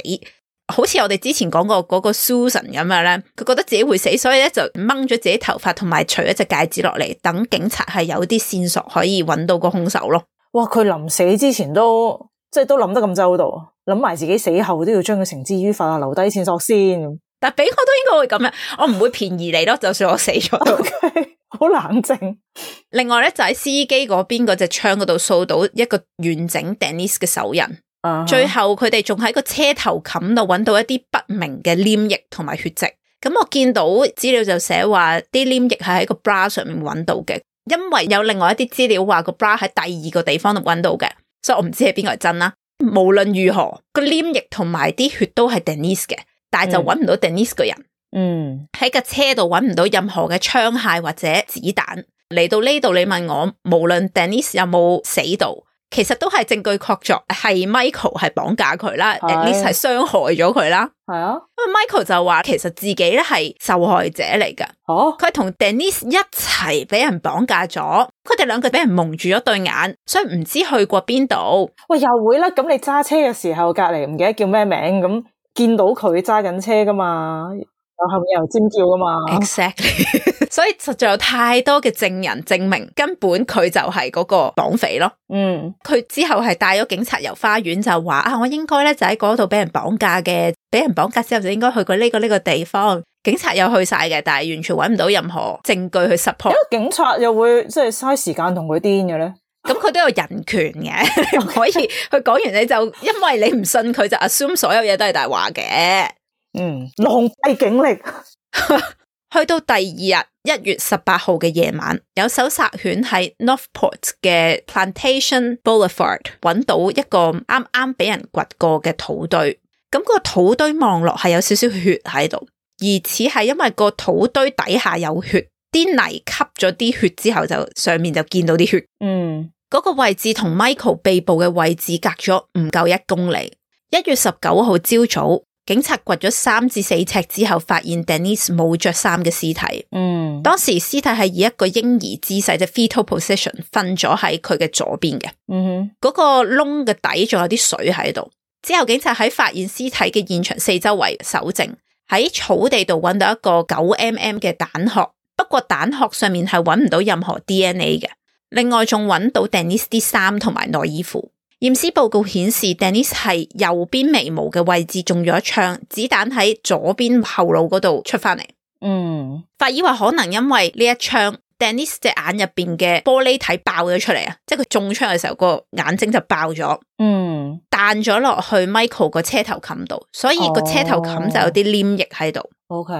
Speaker 1: 好似我哋之前講過嗰個 Susan 咁樣咧，佢覺得自己會死，所以咧就掹咗自己頭髮同埋除咗隻戒指落嚟，等警察係有啲線索可以揾到個兇手咯。
Speaker 2: 哇！佢臨死之前都即係都諗得咁周到，諗埋自己死後都要將佢繩之於法，留低線索 *laughs* 先。
Speaker 1: 但俾我都應該會咁樣，我唔會便宜你咯，就算我死咗
Speaker 2: *laughs*
Speaker 1: 都。
Speaker 2: 好冷靜，
Speaker 1: 另外咧就喺司機嗰邊嗰隻窗嗰度掃到一個完整 Denise 嘅手印，
Speaker 2: 啊
Speaker 1: 最後佢哋仲喺個車頭冚度揾到一啲不明嘅黏液同埋血跡。咁我見到資料就寫話啲黏液係喺個 bra 上面揾到嘅，因為有另外一啲資料話個 bra 喺第二個地方度揾到嘅，所以我唔知係邊個係真啦。無論如何，個黏液同埋啲血都係 Denise 嘅，但係就揾唔到 Denise 個人。
Speaker 2: 嗯
Speaker 1: 喺架車度揾唔到任何嘅槍械或者子彈。嚟到呢度，你問我，無論 Denise 有冇死到，其實都係證據確鑿，係 Michael 係綁架佢啦
Speaker 2: 係
Speaker 1: ，at least 係傷害咗佢啦。
Speaker 2: 係啊，
Speaker 1: 因為 Michael 就話其實自己咧係受害者嚟噶，
Speaker 2: 哦
Speaker 1: 佢係同 Denise 一齊俾人綁架咗，佢哋兩個俾人蒙住咗對眼，所以唔知去過邊度。
Speaker 2: 喂又會啦。咁你揸車嘅時候，隔離唔記得叫咩名，咁見到佢揸緊車噶嘛，又後面又尖叫噶嘛。
Speaker 1: Exactly，所以 *laughs* 實在有太多嘅證人證明根本佢就係嗰個綁匪咯。
Speaker 2: 嗯
Speaker 1: 佢之後係帶咗警察遊花園，就話啊，我應該咧就喺嗰度俾人綁架嘅，俾人綁架之後就應該去過呢個呢個地方。警察又去晒嘅，但係完全揾唔到任何證據去 support。
Speaker 2: 警察又會即係嘥時間同佢癲嘅咧。
Speaker 1: 咁佢都有人權嘅，你唔可以佢講完你就因為你唔信佢就 assume 所有嘢都係大話嘅。
Speaker 2: 嗯，浪費警力。
Speaker 1: 去到第二日一月十八號嘅夜晚，有搜殺犬喺 Northport 嘅 Plantation Boulevard 揾到一個啱啱俾人掘過嘅土堆，咁、個土堆望落係有少少血喺度，而似係因為個土堆底下有血，啲泥吸咗啲血之後就上面就見到啲血。
Speaker 2: 嗯
Speaker 1: 嗰個位置同 Michael 被捕嘅位置隔咗唔夠一公里。一月十九號朝早，警察掘咗三至四尺之後，發現 Denise 冇着衫嘅屍體。
Speaker 2: 嗯，
Speaker 1: 當時屍體係以一個嬰兒姿勢，即係 fetal position，瞓咗喺佢嘅左邊嘅。
Speaker 2: 嗯哼
Speaker 1: 嗰、個窿嘅底仲有啲水喺度。之後警察喺發現屍體嘅現場四周圍搜證，喺草地度揾到一個九 mm 嘅彈殼，不過彈殼上面係揾唔到任何 DNA 嘅。另外仲揾到 Denise 啲衫同埋內衣褲。驗屍報告顯示 Denise 係右邊眉毛嘅位置中咗一槍，子彈喺左邊後腦嗰度出翻嚟。
Speaker 2: 嗯
Speaker 1: 法醫話可能因為呢一槍，Denise 隻眼入邊嘅玻璃體爆咗出嚟啊，即係佢中槍嘅時候個眼睛就爆咗，
Speaker 2: 嗯
Speaker 1: 彈咗落去 Michael 個車頭冚度，所以個車頭冚就有啲黏液喺度。
Speaker 2: ，OK，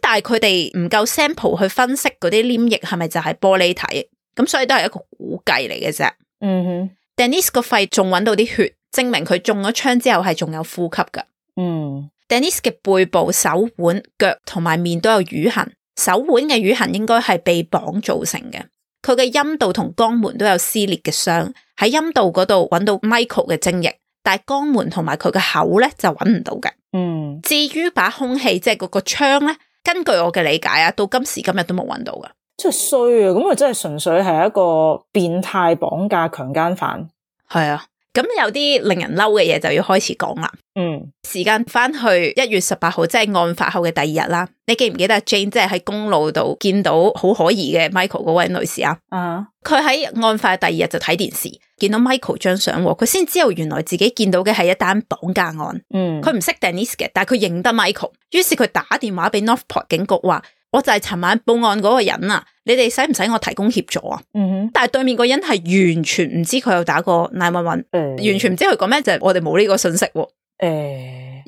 Speaker 1: 但係佢哋唔夠 sample 去分析嗰啲黏液係咪就係玻璃體，咁所以都係一個估計嚟嘅啫。
Speaker 2: 嗯哼，
Speaker 1: Denise 個肺仲揾到啲血，證明佢中咗槍之後係仲有呼吸㗎。
Speaker 2: 嗯
Speaker 1: Denise 嘅背部、手腕、腳同埋面都有瘀痕，手腕嘅瘀痕應該係被綁造成嘅。佢嘅陰道同肛門都有撕裂嘅傷，喺陰道嗰度揾到 Michael 嘅精液，但係肛門同埋佢嘅口咧就揾唔到嘅。
Speaker 2: 嗯，
Speaker 1: 至於把空氣即係嗰個槍咧，根據我嘅理解啊，到今時今日都冇揾到嘅。
Speaker 2: 真係衰啊！咁佢真係純粹係一個變態綁架強姦犯。
Speaker 1: 係啊，咁有啲令人嬲嘅嘢就要開始講啦。
Speaker 2: 嗯
Speaker 1: 時間翻去一月十八號，即係案發後嘅第二日啦。你記唔記得 Jane 即係喺公路度見到好可疑嘅 Michael 嗰位女士啊？
Speaker 2: 啊，
Speaker 1: 佢喺案發第二日就睇電視，見到 Michael 張相喎，佢先知道原來自己見到嘅係一單綁架案。
Speaker 2: 嗯，
Speaker 1: 佢唔識 Denise 嘅，但係佢認得 Michael，於是佢打電話俾 Northport 警局話：我就係尋晚報案嗰個人啊，你哋使唔使我提供協助啊？
Speaker 2: 嗯
Speaker 1: 但係對面個人係完全唔知佢有打過911，
Speaker 2: 哼，誒
Speaker 1: 完全唔知佢講咩，就係我哋冇呢個信息喎。
Speaker 2: 誒，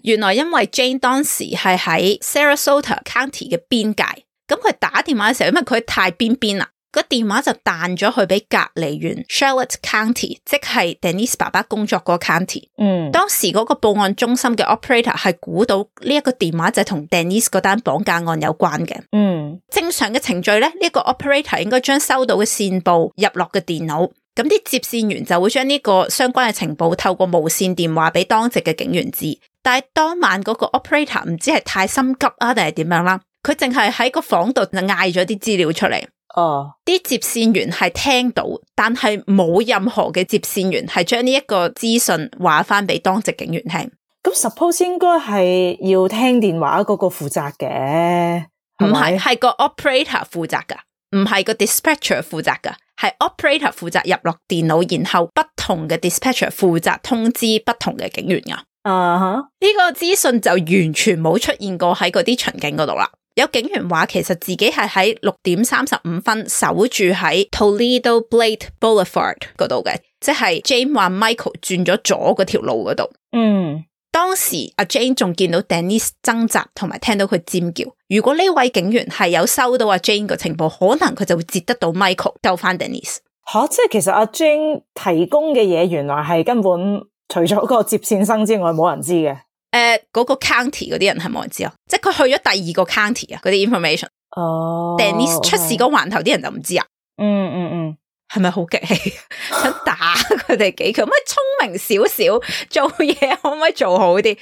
Speaker 1: 原來因為 Jane 當時係喺 Sarasota County 嘅邊界，咁佢打電話嘅時候，因為佢太邊邊啦，個電話就彈咗去俾隔離縣 Charlotte County，即係 Denise 爸爸工作嗰個 county。
Speaker 2: 嗯，
Speaker 1: 當時嗰個報案中心嘅 operator 係估到呢一個電話就係同 Denise 嗰單綁架案有關嘅。
Speaker 2: 嗯
Speaker 1: 正常嘅程序咧，呢、個 operator 應該將收到嘅線報入落嘅電腦，咁啲接線員就會將呢個相關嘅情報透過無線電話俾當值嘅警員知。但係當晚嗰個 operator 唔知係太心急啊，定係點樣啦？佢淨係喺個房度就嗌咗啲資料出嚟，
Speaker 2: 哦，
Speaker 1: 啲接線員係聽到，但係冇任何嘅接線員係將呢一個資訊話翻俾當值警員聽。
Speaker 2: 咁 suppose 應該係要聽電話嗰個負責嘅，
Speaker 1: 唔
Speaker 2: 係咪
Speaker 1: 係，？係個 operator 負責噶，唔係個 dispatcher 負責噶，係 operator 負責入落電腦，然後不同嘅 dispatcher 負責通知不同嘅警員噶。
Speaker 2: 啊哈，
Speaker 1: 呢個資訊就完全冇出現過喺嗰啲巡警嗰度啦。有警員話，其實自己係喺六點三十五分守住喺 Toledo Blade Boulevard 嗰度嘅，即係 Jane 話 Michael 轉咗左嗰條路嗰度。
Speaker 2: 嗯，
Speaker 1: 當時阿 Jane 仲見到 Denise 掙扎，同埋聽到佢尖叫。如果呢位警員係有收到阿 Jane 嘅情報，可能佢就會截得到 Michael 救翻 Denise。
Speaker 2: 吓，即係其實阿 Jane 提供嘅嘢，原來係根本除咗個接線生之外，冇人知嘅。
Speaker 1: 诶、嗰、個 county 嗰啲人係冇人知啊，即係佢去咗第二個 county 啊，嗰啲 information。
Speaker 2: 哦
Speaker 1: Denise 出事
Speaker 2: 嗰，
Speaker 1: 嗰環頭啲人就唔知啊，
Speaker 2: 嗯嗯嗯，
Speaker 1: 係咪好激
Speaker 2: *laughs*
Speaker 1: 氣？想打佢哋幾拳？可唔可以聰明少少做嘢？可唔可以做好啲？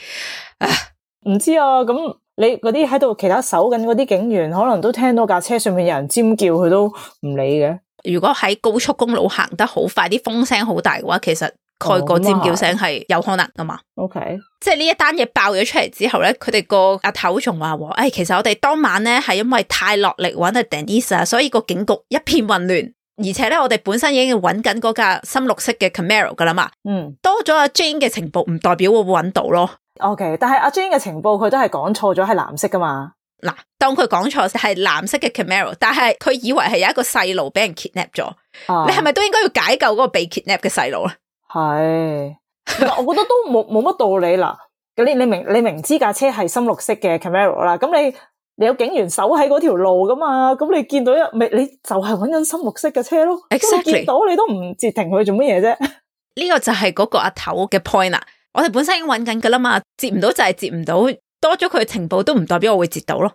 Speaker 2: 唔知啊。咁你嗰啲喺度其他守緊嗰啲警員，可能都聽到架車上面有人尖叫，佢都唔理嘅。
Speaker 1: 如果喺高速公路行得好快，啲風聲好大嘅話，其實蓋過
Speaker 2: 哦咁
Speaker 1: 尖
Speaker 2: 啊
Speaker 1: 叫聲係有可能噶嘛。
Speaker 2: OK，
Speaker 1: 即係呢一單嘢爆咗出嚟之後咧，佢哋個阿頭仲話喎，誒、其實我哋當晚咧係因為太落力揾阿 Denise 啊，所以個警局一片混亂。而且咧，我哋本身已經揾緊嗰架深綠色嘅 Camaro 噶啦嘛，
Speaker 2: 嗯
Speaker 1: 多咗阿 Jane 嘅情報，唔代表會揾到咯。
Speaker 2: ，OK，但係阿 Jane 嘅情報佢都係講錯咗，係藍色噶嘛。
Speaker 1: 嗱，當佢講錯係藍色嘅 Camaro，但係佢以為係有一個細路俾人 kidnap 咗，
Speaker 2: 啊
Speaker 1: 你係咪都應該要解救嗰個被 kidnap 嘅細路咧？啊
Speaker 2: 系，但我覺得都冇冇 *laughs* 乜道理啦。你你明你明知架車係深綠色嘅 Camaro 啦，咁你你有警員守喺嗰條路噶嘛？咁你見到一咪你就係揾緊深綠色嘅車咯。咁你
Speaker 1: Exactly
Speaker 2: 見到你都唔截停佢做乜嘢啫？
Speaker 1: 呢個就係嗰個阿頭嘅 point 啦。我哋本身已經揾緊噶啦嘛，接唔到就係接唔到，多咗佢嘅情報都唔代表我會接到咯。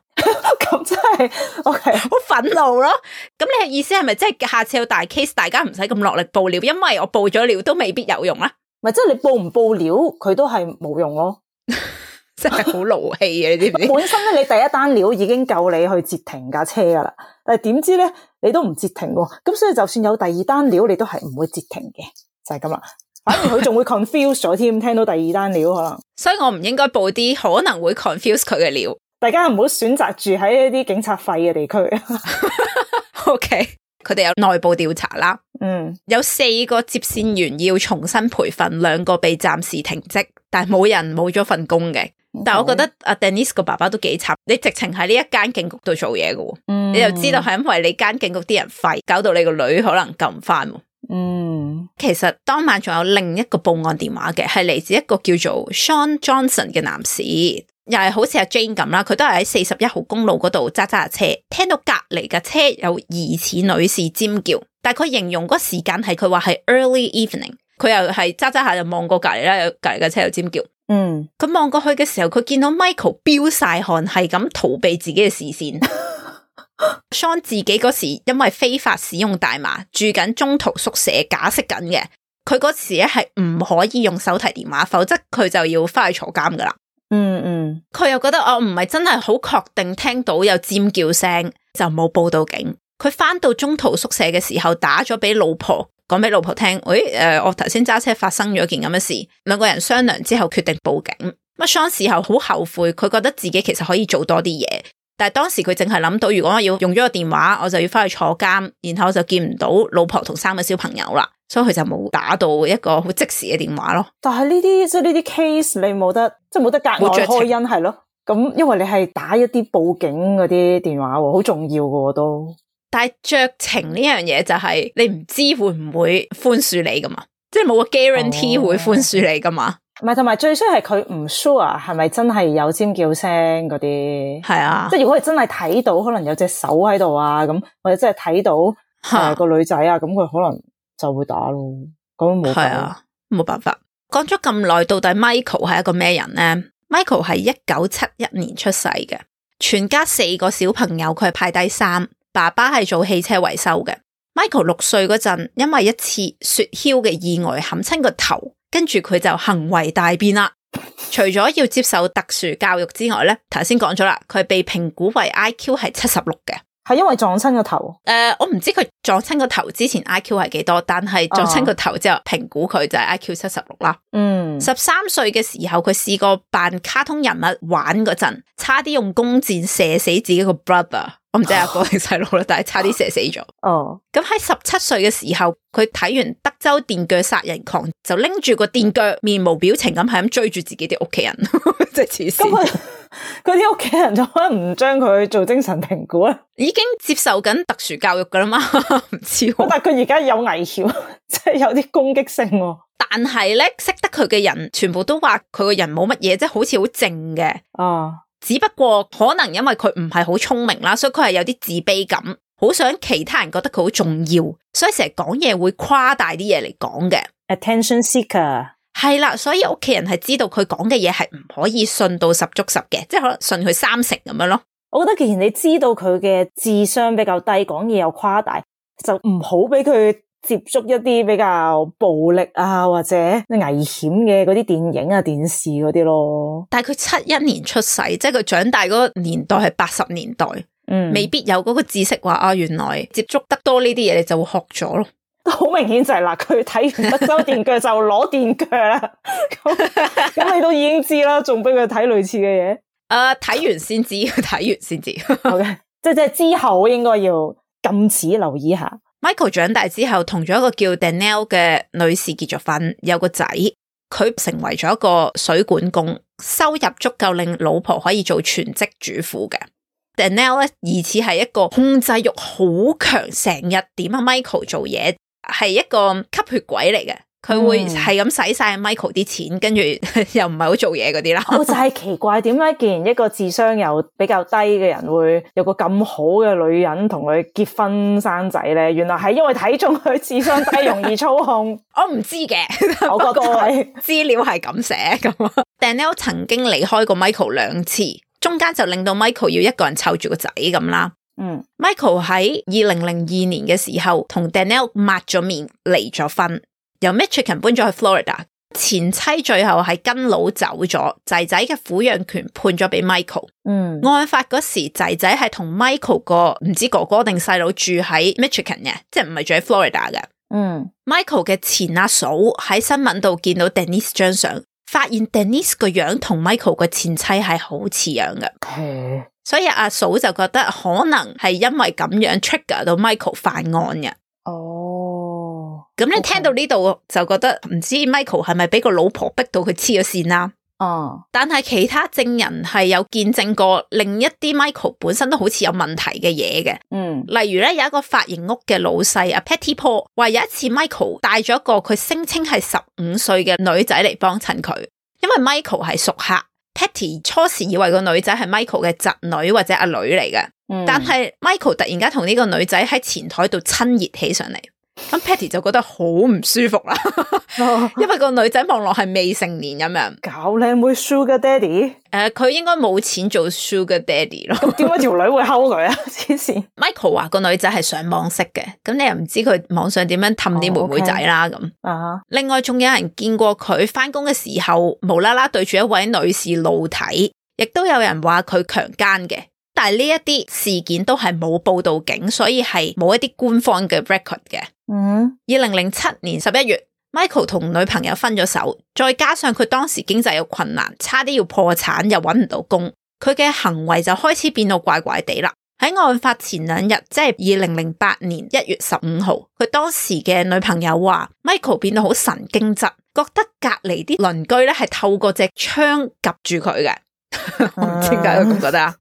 Speaker 2: 咁真係 OK
Speaker 1: 好憤怒咯！咁你嘅意思係咪即係下次有大 case，大家唔使咁落力報料，因為我報咗料都未必有用啦，啊
Speaker 2: 咪即係你報唔報料，佢都係冇用咯。
Speaker 1: *laughs* 真係好怒氣啊！你知唔
Speaker 2: *laughs*
Speaker 1: 知？
Speaker 2: 本身咧，你第一單料已經夠你去截停架車噶啦，但係點知咧，你都唔截停喎。咁所以就算有第二單料，你都係唔會截停嘅，就係咁啦。反而佢仲會 confuse 咗添，聽到第二單料可能。
Speaker 1: 所以我唔應該報啲可能會 confuse 佢嘅料。
Speaker 2: 大家唔好選擇住喺一啲警察廢嘅地區。
Speaker 1: OK，佢哋有內部調查啦，
Speaker 2: 嗯，
Speaker 1: 有四個接線員要重新培訓，兩個被暫時停職，但係冇人冇咗份工嘅。但係我覺得阿 Denise 個爸爸都幾慘，你直情喺呢一間警局度做嘢嘅喎，
Speaker 2: 嗯
Speaker 1: 你就知道係因為你間警局啲人廢，搞到你個女可能救唔翻。
Speaker 2: 嗯
Speaker 1: 其實當晚仲有另一個報案電話嘅，係嚟自一個叫做 Sean Johnson 嘅男士，又係好似阿 Jane 咁啦，佢都係喺四十一號公路嗰度揸揸下車，聽到隔離嘅車有疑似女士尖叫，但係佢形容嗰時間係佢話係 early evening，佢又係揸揸下就望過隔離啦，有隔離嘅車有尖叫。
Speaker 2: 嗯，
Speaker 1: 佢望過去嘅時候，佢見到 Michael 飆晒汗，係咁逃避自己嘅視線。Sean 自己嗰時因為非法使用大麻，住緊中途宿舍假釋緊嘅，佢嗰時咧係唔可以用手提電話，否則佢就要翻去坐監噶啦。
Speaker 2: 嗯嗯
Speaker 1: 佢又覺得哦我唔係真係好確定聽到有尖叫聲，就冇報到警。佢翻到中途宿舍嘅時候，打咗俾老婆，講俾老婆聽，喂，誒、我頭先揸車發生咗件咁嘅事，兩個人商量之後決定報警。乜 Sean 事後好後悔，佢覺得自己其實可以做多啲嘢，但係當時佢淨係諗到，如果我要用咗個電話，我就要翻去坐監，然後我就見唔到老婆同三個小朋友啦，所以佢就冇打到一個好即時嘅電話咯。
Speaker 2: 但係呢啲即係呢啲 case，你冇得即係冇得格
Speaker 1: 冇
Speaker 2: 外
Speaker 1: 酌情
Speaker 2: 開恩係咯。咁因為你係打一啲報警嗰啲電話喎，好重要嘅喎都。
Speaker 1: 但係酌情呢樣嘢就係你唔知會唔會寬恕你噶嘛，即係冇個 guarantee
Speaker 2: 哦
Speaker 1: 會寬恕你噶嘛，
Speaker 2: 唔係，同埋最衰係佢唔 sure 係咪真係有尖叫聲嗰啲，
Speaker 1: 係啊
Speaker 2: 即，係如果佢真係睇到可能有隻手喺度啊咁，或者真係睇到
Speaker 1: 嚇
Speaker 2: 誒個女仔啊，咁佢可能就會打咯，咁冇計
Speaker 1: 係，啊，冇辦法。講咗咁耐，到底 Michael 係一個咩人呢 m i c h a e l 係一九七一年出世嘅，全家四個小朋友，佢係排第三。爸爸係做汽車維修嘅。Michael 六歲嗰陣，因為一次雪橇嘅意外冚親個頭，跟住佢就行為大變啦。除咗要接受特殊教育之外咧，頭先講咗啦，佢係被評估為 I.Q 係七十六嘅。
Speaker 2: 係因為撞親個頭。
Speaker 1: 诶、呃我唔知佢撞親個頭之前 I Q 係幾多，但
Speaker 2: 哦
Speaker 1: 係撞親個頭之後評估佢就係 I Q 七十六啦。 *laughs*
Speaker 2: 嗯，
Speaker 1: 十三歲嘅時候，佢試過扮卡通人物玩嗰陣，差啲用弓箭射死自己個 brother。我唔知係阿哥定細佬啦，但係差啲射死咗。
Speaker 2: 哦，
Speaker 1: 咁喺十七歲嘅時候，佢睇完德州電鋸殺人狂，就拎住個電鋸，面無表情咁係咁追住自己啲屋企人， *laughs* 即係黐
Speaker 2: 咁佢
Speaker 1: 線。
Speaker 2: 佢啲屋企人就可能唔將佢做精神評估啊啦。
Speaker 1: 已經接受緊特殊教育噶啦嘛，唔知喎。
Speaker 2: 但係佢而家有危險， *laughs* 即係有啲攻擊性喎。
Speaker 1: 但係咧，識得佢嘅人全部都話佢個人冇乜嘢，即係好似好靜嘅。
Speaker 2: 啊，
Speaker 1: 只不過可能因為佢唔係好聰明啦，所以佢係有啲自卑感，好想其他人覺得佢好重要，所以成日講嘢會誇大啲嘢嚟講嘅。
Speaker 2: attention seeker，
Speaker 1: 係啦，所以屋企人係知道佢講嘅嘢係唔可以信到十足十嘅，即係可能信佢三成咁樣咯。
Speaker 2: 我覺得既然你知道佢嘅智商比較低，講嘢又誇大，就唔好俾佢接觸一啲比較暴力啊或者危險嘅嗰啲電影啊、電視嗰啲咯。
Speaker 1: 但係佢七一年出世，即係佢長大嗰個年代係八十年代，
Speaker 2: 嗯
Speaker 1: 未必有嗰個知識話啊，原來接觸得多呢啲嘢，你就會學咗咯。
Speaker 2: *laughs* 好明顯就係嗱，佢睇完德州電鋸就攞電鋸啦。 *laughs* 咁咁你都已經知啦，仲俾佢睇類似嘅嘢。
Speaker 1: 诶，呃睇、完先知， *laughs* 睇完先知。
Speaker 2: 好嘅，即係即係之後應該要禁止留意下。
Speaker 1: Michael 長大之後，同咗一個叫 Danielle 嘅女士結咗婚，有個仔。佢成為咗一個水管工，收入足夠令老婆可以做全職主婦嘅。Danielle 咧，疑似係一個控制欲好強，成日點啊 Michael 做嘢，係一個吸血鬼嚟嘅。佢會
Speaker 2: 嗯
Speaker 1: 係咁使晒 Michael 啲錢，跟住 *laughs* 又唔係好做嘢嗰啲
Speaker 2: *laughs*
Speaker 1: 啦。
Speaker 2: 哦我就係奇怪點解，既然一個智商又比較低嘅人會有個咁好嘅女人同佢結婚生仔咧？原來係因為睇中佢智商低，容易
Speaker 1: *laughs*
Speaker 2: 操控。
Speaker 1: 我唔知嘅，
Speaker 2: 我覺得係
Speaker 1: 資料係咁寫咁啊。Danielle 曾經離開過 Michael 兩次，中間就令到 Michael 要一個人湊住個仔咁啦。
Speaker 2: 嗯
Speaker 1: Michael 喺二零零二年嘅時候同 Danielle 抹咗面離咗婚，由 Michigan 搬咗去 Florida。前妻最後係跟佬走咗，仔仔嘅撫養權判咗俾 Michael。
Speaker 2: 嗯
Speaker 1: 案發嗰時，仔仔係同 Michael 個唔知哥哥定細佬住喺 Michigan 嘅，即係唔係住喺 Florida 嘅。
Speaker 2: 嗯，
Speaker 1: Michael 嘅前阿嫂喺新聞度見到 Denise 張相，發現 Denise 個樣同 Michael 個前妻係好似樣嘅，
Speaker 2: 嘿
Speaker 1: 所以阿嫂就覺得可能係因為咁樣 trigger 到 Michael 犯案嘅。
Speaker 2: 哦
Speaker 1: 咁你
Speaker 2: OK
Speaker 1: 聽到呢度就覺得唔知 Michael 係咪俾個老婆逼到佢黐咗線啦？
Speaker 2: 啊
Speaker 1: 但係其他證人係有見證過另一啲 Michael 本身都好似有問題嘅嘢嘅，
Speaker 2: 嗯
Speaker 1: 例如咧，有一個髮型屋嘅老細阿 Patty Paul 話有一次 Michael 帶咗一個佢聲稱係十五歲嘅女仔嚟幫襯佢，因為 Michael 係熟客。Patty 初時以為個女仔係 Michael 嘅侄女或者阿女嚟嘅，
Speaker 2: 嗯
Speaker 1: 但係 Michael 突然間同呢個女仔喺前台度親熱起上嚟，咁 Patty 就覺得好唔舒服啦，
Speaker 2: 哦
Speaker 1: 因為個女仔望落係未成年咁樣，誒、
Speaker 2: 搞靚妹 Sugar Daddy，
Speaker 1: 佢應該冇錢做 Sugar Daddy 咯。
Speaker 2: 點解條女會溝佢啊？黐線！
Speaker 1: Michael 話個女仔係上網識嘅，咁你又唔知佢網上點樣氹啲妹妹仔啦咁。
Speaker 2: 啊
Speaker 1: 另外仲有人見過佢翻工嘅時候，無啦啦對住一位女士露體，亦都有人話佢強姦嘅。但係呢一啲事件都係冇報到警，所以係冇一啲官方嘅 record 嘅。
Speaker 2: 嗯
Speaker 1: 二零零七年十一月，Michael 同女朋友分咗手，再加上佢當時經濟有困難，差啲要破產又揾唔到工，佢嘅行為就開始變到怪怪地啦。喺案發前兩日，即係二零零八年一月十五號，佢當時嘅女朋友話，Michael 變到好神經質，覺得隔離啲鄰居咧係透過隻窗及住佢嘅。 *laughs* 我唔知點解佢咁覺得啊。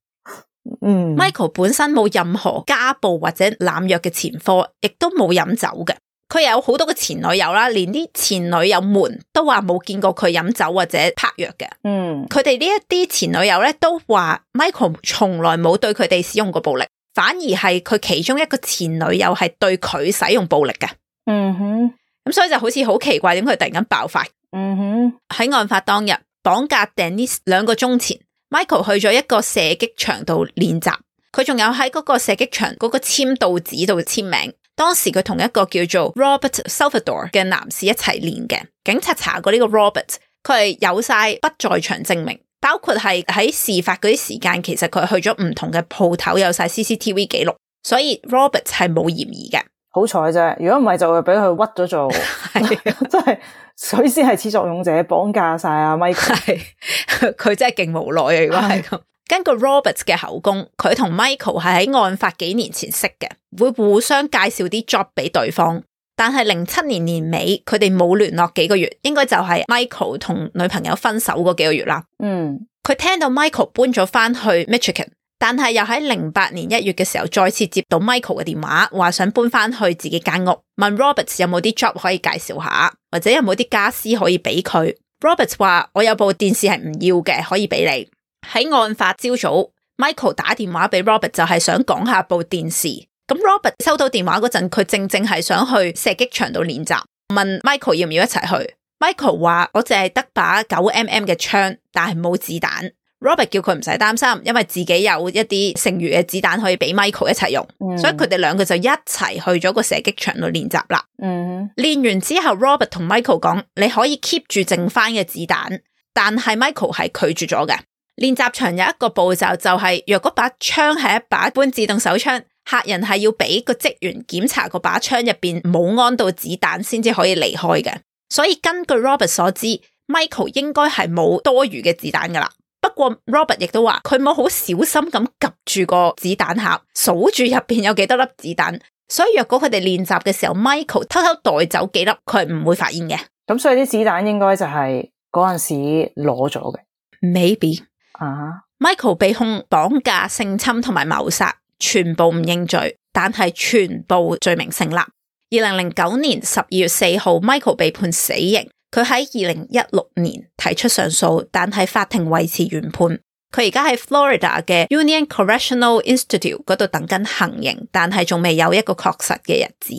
Speaker 2: 嗯
Speaker 1: Michael 本身冇任何家暴或者濫藥嘅前科，亦都冇飲酒嘅。佢有好多嘅前女友啦，連啲前女友們都話冇見過佢飲酒或者拍藥嘅。
Speaker 2: 嗯
Speaker 1: 佢哋呢一啲前女友咧都話 Michael 從來冇對佢哋使用過暴力，反而係佢其中一個前女友係對佢使用暴力嘅。
Speaker 2: 嗯哼
Speaker 1: 咁所以就好似好奇怪點佢突然間爆發。
Speaker 2: 嗯哼
Speaker 1: 喺案發當日綁架 Denise 兩個鐘前，Michael 去咗一個射擊場度練習，佢仲有喺嗰個射擊場嗰個簽到紙度簽名。當時佢同一個叫做 Robert Salvador 嘅男士一齊練嘅，警察查過呢個 Robert，佢係有晒不在場證明，包括係喺事發嗰啲時間，其實佢去咗唔同嘅鋪頭，有晒 CCTV 記錄，所以 Robert 系冇嫌疑嘅。
Speaker 2: 好彩啫，如果唔係就會俾佢屈咗做， *laughs* 真係佢先係始作俑者，綁架晒
Speaker 1: *laughs*
Speaker 2: 阿 Michael。
Speaker 1: 系佢真系劲无奈啊！如果系咁，根據 Roberts 嘅口供，佢同 Michael 係喺案發幾年前識嘅，會互相介紹啲 job 俾對方。但係零七年年尾，佢哋冇聯絡幾個月，應該就係 Michael 同女朋友分手嗰幾個月啦。
Speaker 2: 嗯，
Speaker 1: 佢聽到 Michael 搬咗翻去 Michigan，但係又喺零八年一月嘅時候再次接到 Michael 嘅電話，話想搬翻去自己間屋，問 Roberts 有冇啲 job 可以介紹下，或者有冇啲家私可以俾佢。Roberts 話：我有部電視係唔要嘅，可以俾你。喺案發朝早，Michael 打電話俾 Robert 就係想講下部電視。咁 Robert 收到電話嗰陣，佢正正係想去射擊場度練習，問 Michael 要唔要一齊去。Michael 話：我淨係得把九 mm 嘅槍，但係冇子彈。Robert 叫佢唔使擔心，因為自己有一啲剩餘嘅子彈可以俾 Michael 一齊用，
Speaker 2: 嗯
Speaker 1: 所以佢哋兩個就一齊去咗個射擊場度練習啦。
Speaker 2: 嗯
Speaker 1: 練完之後，Robert 同 Michael 講：你可以 keep 住剩翻嘅子彈，但係 Michael 係拒絕咗嘅。練習場有一個步驟就係、若果把槍係一把一般自動手槍，客人係要俾個職員檢查個把槍入邊冇安到子彈先至可以離開嘅。所以根據 Robert 所知，Michael 應該係冇多餘嘅子彈噶啦。不過 Robert 亦都話佢冇好小心咁及住個子彈盒，數住入邊有幾多粒子彈。所以若果佢哋練習嘅時候，Michael 偷偷帶走幾粒，佢係唔會發現嘅。
Speaker 2: 咁所以啲子彈應該就係嗰陣時攞咗嘅
Speaker 1: Maybe
Speaker 2: 啊。
Speaker 1: Michael 被控綁架、性侵同埋謀殺，全部唔認罪，但係全部罪名成立。二零零九年十二月四號，Michael 被判死刑。佢喺二零一六年提出上訴，但係法庭維持原判。佢而家喺 Florida 嘅 Union Correctional Institute 嗰度等緊行刑，但係仲未有一個確實嘅日子。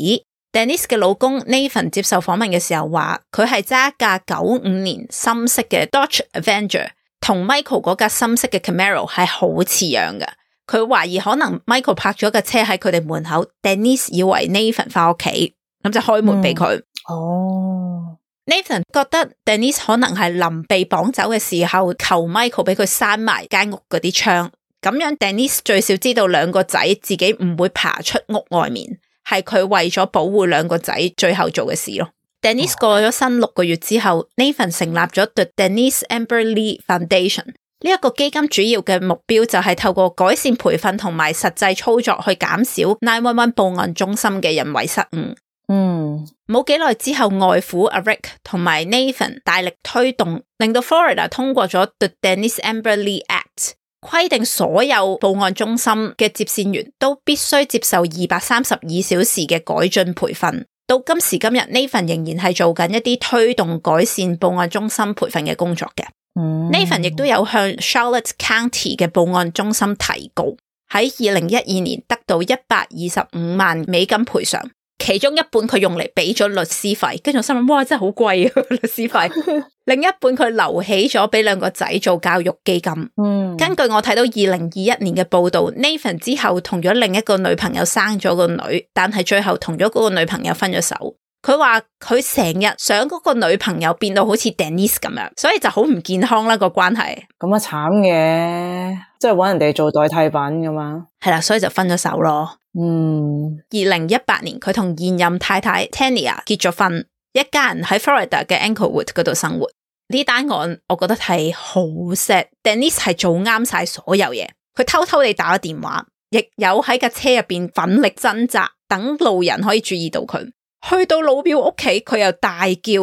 Speaker 1: Denise 嘅老公 Nathan 接受訪問嘅時候話，佢係揸一架九五年深色嘅 Dodge Avenger。同 Michael 嗰架深色嘅 Camaro 係好似樣嘅。佢懷疑可能 Michael 泊咗架車喺佢哋門口，Denise 以為 Nathan 翻屋企，咁就開門俾佢。
Speaker 2: 哦，
Speaker 1: Nathan 覺得 Denise 可能係臨被綁走嘅時候求 Michael 俾佢閂埋間屋嗰啲窗，咁樣 Denise 最少知道兩個仔自己唔會爬出屋外面，係佢為咗保護兩個仔最後做嘅事咯。Denise 過咗身六個月之後，Nathan 成立咗 The Denise Amber Lee Foundation。呢一個基金主要嘅目標就係透過改善培訓同埋實際操作去減少911報案中心嘅人為失誤。
Speaker 2: 嗯，
Speaker 1: 冇幾耐之後，外父阿 Rick 同埋 Nathan 大力推動，令到 Florida 通過咗 The Denise Amber Lee Act，規定所有報案中心嘅接線員都必須接受二百三十二小時嘅改進培訓。到今時今日，Nathan 仍然係做緊一啲推動改善報案中心培訓嘅工作嘅。
Speaker 2: 嗯
Speaker 1: Nathan 亦都有向 Charlotte County 嘅報案中心提告，喺二零一二年得到一百二十五萬美金賠償，其中一半佢用嚟俾咗律師費，跟住我心諗哇真係好貴啊 *laughs* 律師費，另一半佢留起咗俾兩個仔做教育基金。
Speaker 2: 嗯
Speaker 1: 根據我睇到二零二一年嘅報導，Nathan 之後同咗另一個女朋友生咗個女，但係最後同咗嗰個女朋友分咗手。佢話佢成日想嗰個女朋友變到好似 Denise 咁樣，所以就好唔健康啦個關係。
Speaker 2: 咁啊慘嘅，即係搵人哋做代替品噶嘛。
Speaker 1: 係啦，所以就分咗手咯。
Speaker 2: 嗯
Speaker 1: 二零一八年佢同現任太太 Tania 結咗婚，一家人喺 Florida 嘅 Anglewood 嗰度生活。呢單案我覺得係好 sad。Denise 係做啱晒所有嘢，佢偷偷地打咗電話，亦有喺架車入邊奮力掙扎，等路人可以注意到佢。去到老表屋企，佢又大叫，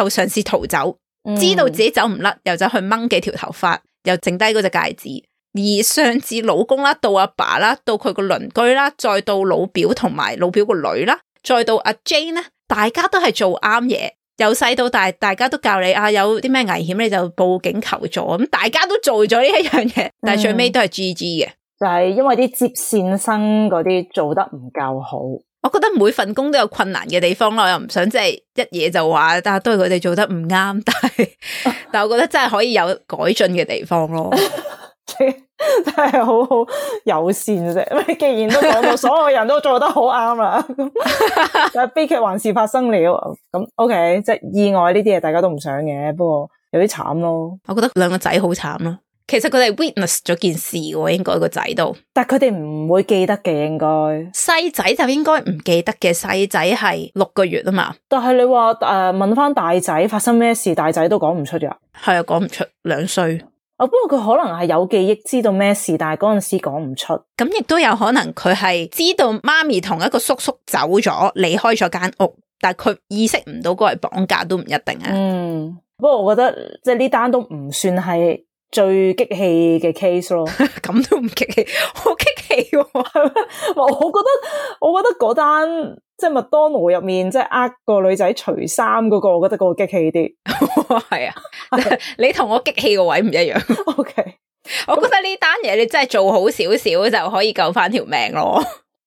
Speaker 1: 又嘗試逃走。
Speaker 2: 嗯
Speaker 1: 知道自己走唔甩，又走去掹幾條頭髮，又剩低嗰隻戒指。而上至老公啦，到阿爸啦，到佢個鄰居啦，再到老表同埋老表個女啦，再到阿 Jane 咧，大家都係做啱嘢。由細到大，大家都教你啊，有啲咩危險你就報警求助。咁大家都做咗呢一樣嘢，但係最尾都係 GG 嘅。
Speaker 2: 就係因為啲接線生嗰啲做得唔夠好，
Speaker 1: 我覺得每份工都有困難嘅地方咯，我又唔想即係一嘢就話，但係都係佢哋做得唔啱。但係，但係我覺得真係可以有改進嘅地方咯。
Speaker 2: 真係好好友善啫。 *laughs* 既然都講到所有人都做得好啱啦，咁 *laughs* 但係悲劇還是發生了。咁 OK，即係意外呢啲嘢大家都唔想嘅，不過有啲慘咯。
Speaker 1: 我覺得兩個仔好慘咯。其實佢哋 witness 咗件事喎，應該個仔都
Speaker 2: 但佢哋唔會記得嘅，應該。
Speaker 1: 細仔就應該唔記得嘅，細仔係六個月啊嘛，
Speaker 2: 但係你話诶、呃、问翻大仔發生咩事，大仔都講唔出㗎。
Speaker 1: 係啊，講唔出兩歲，
Speaker 2: 哦，不過佢可能係有記憶知道咩事，但係嗰陣時講唔出。
Speaker 1: 咁亦都有可能佢係知道媽咪同一個叔叔走咗，離開咗間屋，但係佢意識唔到嗰係綁架都唔一定啊。
Speaker 2: 嗯，不過我覺得即係呢單都唔算係最激氣嘅 case 咯。
Speaker 1: 咁都唔激氣， *laughs* 好激氣喎！
Speaker 2: *laughs* 我覺得我覺得嗰單即係麥當勞入面即係呃個女仔除衫嗰個，我覺得嗰個激氣啲。 *laughs*
Speaker 1: 係啊，你同我激氣個位唔一樣。
Speaker 2: O K，
Speaker 1: 我覺得呢單嘢你真係做好少少就可以救翻條命咯。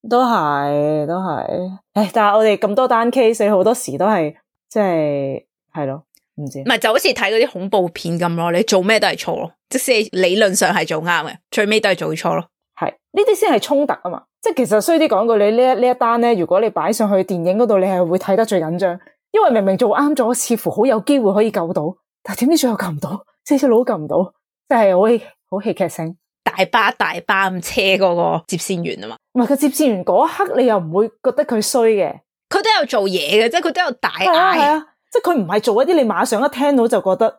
Speaker 2: 都係都係。唉，但係我哋咁多單 case，好多時都係即係係咯，唔知
Speaker 1: 唔係就好似睇嗰啲恐怖片咁咯，你做咩都係錯咯，即使你理論上係做啱嘅，最尾都係做錯咯。
Speaker 2: 係呢啲先係衝突啊嘛。即係其實衰啲講句，你呢一呢一單咧，如果你擺上去電影嗰度，你係會睇得最緊張，因為明明做啱咗，似乎好有機會可以救到，但係點知最後救唔到，即係隻佬救唔到，即係好戲好戲劇性。
Speaker 1: 大巴大巴咁車嗰個接線員啊嘛，
Speaker 2: 唔係佢接線員嗰一刻，你又唔會覺得佢衰嘅，
Speaker 1: 佢都有做嘢嘅，即係佢都有大
Speaker 2: 係啊係
Speaker 1: 嗌。
Speaker 2: 啊，即係佢唔係做一啲你馬上一聽到就覺得，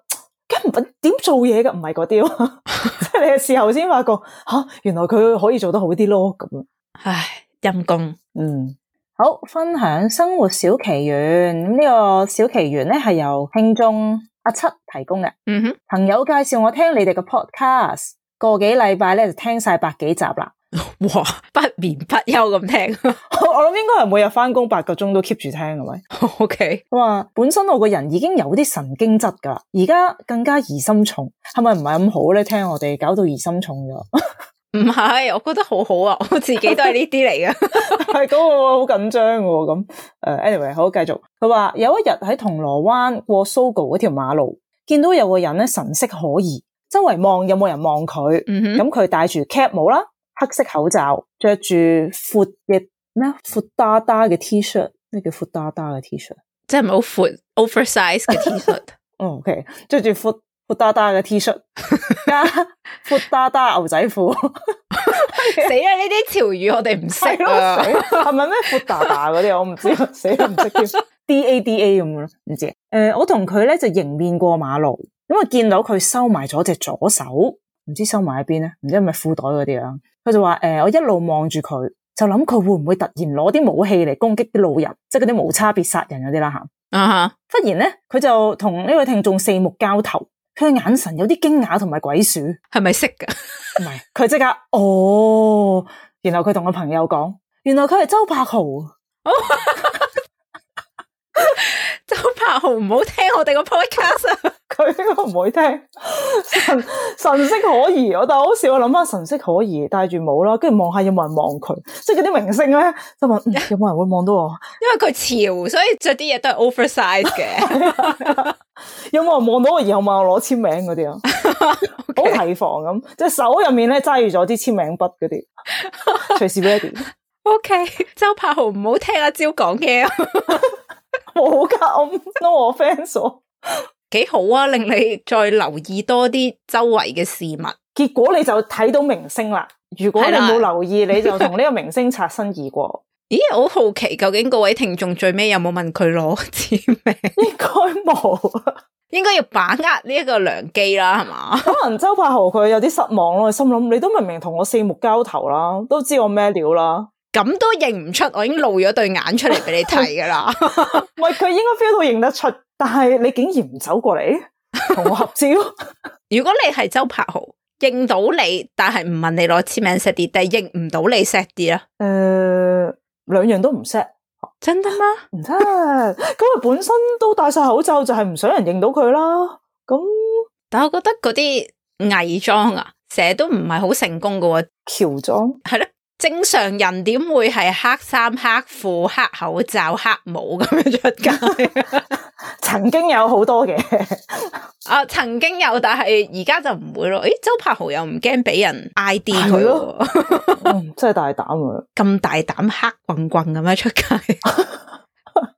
Speaker 2: 梗唔點做嘢嘅，唔係嗰啲 *laughs* 咯，即係你係事後先發覺吓、原來佢可以做得好啲咯咁樣。
Speaker 1: 唉，陰公，
Speaker 2: 嗯，好，分享生活小奇緣。咁、呢個小奇緣咧係由聽眾阿七提供嘅，
Speaker 1: 嗯哼，
Speaker 2: 朋友介紹我聽你哋嘅 podcast，個幾禮拜咧就聽晒百幾集啦。
Speaker 1: 哇，不眠不休咁聽。*laughs*
Speaker 2: *laughs* 我我諗應該係每日翻工八個鐘都 keep 住聽係咪？
Speaker 1: O K，
Speaker 2: 佢話本身我個人已經有啲神經質噶，而家更加疑心重，係咪唔係咁好咧？聽我哋搞到疑心重咗， *laughs*
Speaker 1: 唔係，我覺得好好啊， *laughs* 我自己都係呢啲嚟
Speaker 2: *laughs*
Speaker 1: 嘅。
Speaker 2: 係嗰個好緊張喎咁。诶 a n y w a y 好繼續。佢話有一日喺銅鑼灣過 Sogo 嗰條馬路，見到有個人咧神色可疑，周圍望有冇人望佢。
Speaker 1: 嗯哼。
Speaker 2: 咁佢戴住 cap 帽啦，黑色口罩，着住闊嘅咩闊哒哒嘅 T 恤，咩叫闊哒哒嘅 T 恤？
Speaker 1: 即系咪好闊 oversize 嘅 T 恤？
Speaker 2: *laughs* 哦，OK，着住闊闊哒哒嘅 T 恤加闊哒哒牛仔褲，
Speaker 1: 死啦！呢啲潮語我哋唔
Speaker 2: 係
Speaker 1: 識
Speaker 2: 咯，
Speaker 1: 啊
Speaker 2: 死。係咪咩闊哒哒嗰啲？我唔知，啊死都唔識叫 D A D A 咁咯，唔知。啊誒、我同佢咧就迎面過馬路，咁啊見到佢收埋咗隻左手，唔知收埋喺邊咧，唔知係咪褲袋嗰啲啦。啊佢就話：誒、我一路望住佢，就諗佢會唔會突然攞啲武器嚟攻擊啲路人，即係嗰啲無差別殺人嗰啲啦嚇。
Speaker 1: 啊哈！
Speaker 2: 忽然咧，佢就同呢位聽眾四目交投，佢嘅眼神有啲驚訝同埋鬼鼠，唔
Speaker 1: 系咪識噶？
Speaker 2: 係佢即刻哦，然後佢同個朋友講，原來佢係周柏豪，
Speaker 1: *laughs* 周柏豪唔好聽我哋個 podcast 啊！
Speaker 2: 佢應該唔會聽神神色可疑，我但係好笑，我諗翻神色可疑，戴住帽啦，跟住望下有冇人望佢，即係嗰啲明星咧就 *laughs* 問、嗯有冇人會望到我，
Speaker 1: 因為佢潮，所以着啲嘢都係 oversize *laughs* 嘅。
Speaker 2: 有冇人望到我，然後問我攞簽名嗰啲 *laughs* 啊，好提防咁，隻手入面咧揸住咗啲簽名筆嗰啲， *laughs* 隨時 ready。
Speaker 1: O K，周柏豪唔好聽阿蕉講嘢啊，
Speaker 2: *laughs* 冇噶，我 no offence 喎。
Speaker 1: 幾好啊！令你再留意多啲周圍嘅事物。
Speaker 2: 結果你就睇到明星啦。如果你
Speaker 1: 係啦
Speaker 2: 冇留意，你就同呢個明星擦身而
Speaker 1: *laughs*
Speaker 2: 過。
Speaker 1: 咦，我好好奇究竟各位聽眾最尾有冇問佢攞 *laughs* 簽名？
Speaker 2: 應該冇，
Speaker 1: 應該要把握呢一個良機啦，係 *laughs* 嘛？
Speaker 2: 可能周柏豪佢有啲失望咯，心諗你都明明同我四目交投啦，都知我咩料啦。
Speaker 1: 咁都認唔出，我已經露咗對眼出嚟俾你睇噶 *laughs* 啦。
Speaker 2: 唔係佢應該 feel 到認得出，但係你竟然唔走過嚟同我合
Speaker 1: *laughs*
Speaker 2: 照，
Speaker 1: 如果你係周柏豪，認到你，但係唔問你攞簽名 set 啲，但係認唔到你 set 啲啊啦。
Speaker 2: 诶、兩樣都唔 set。
Speaker 1: 真的嗎？
Speaker 2: 唔得，咁佢本身都戴晒口罩，就係唔想人認到佢啦。咁
Speaker 1: 但我覺得嗰啲偽裝啊，成日都唔係好成功噶喎。
Speaker 2: 喬裝
Speaker 1: 係咯，正常人點會係黑衫、黑褲、黑口罩、黑帽咁樣出
Speaker 2: *laughs*
Speaker 1: 街
Speaker 2: 曾經有好多嘅，
Speaker 1: 啊？曾經有，但係而家就唔會咯。咦，周柏豪又唔驚俾人 I D 佢
Speaker 2: 係
Speaker 1: 喎
Speaker 2: 咯，嗯真係大膽啊！
Speaker 1: 咁大膽黑棍棍咁樣出街。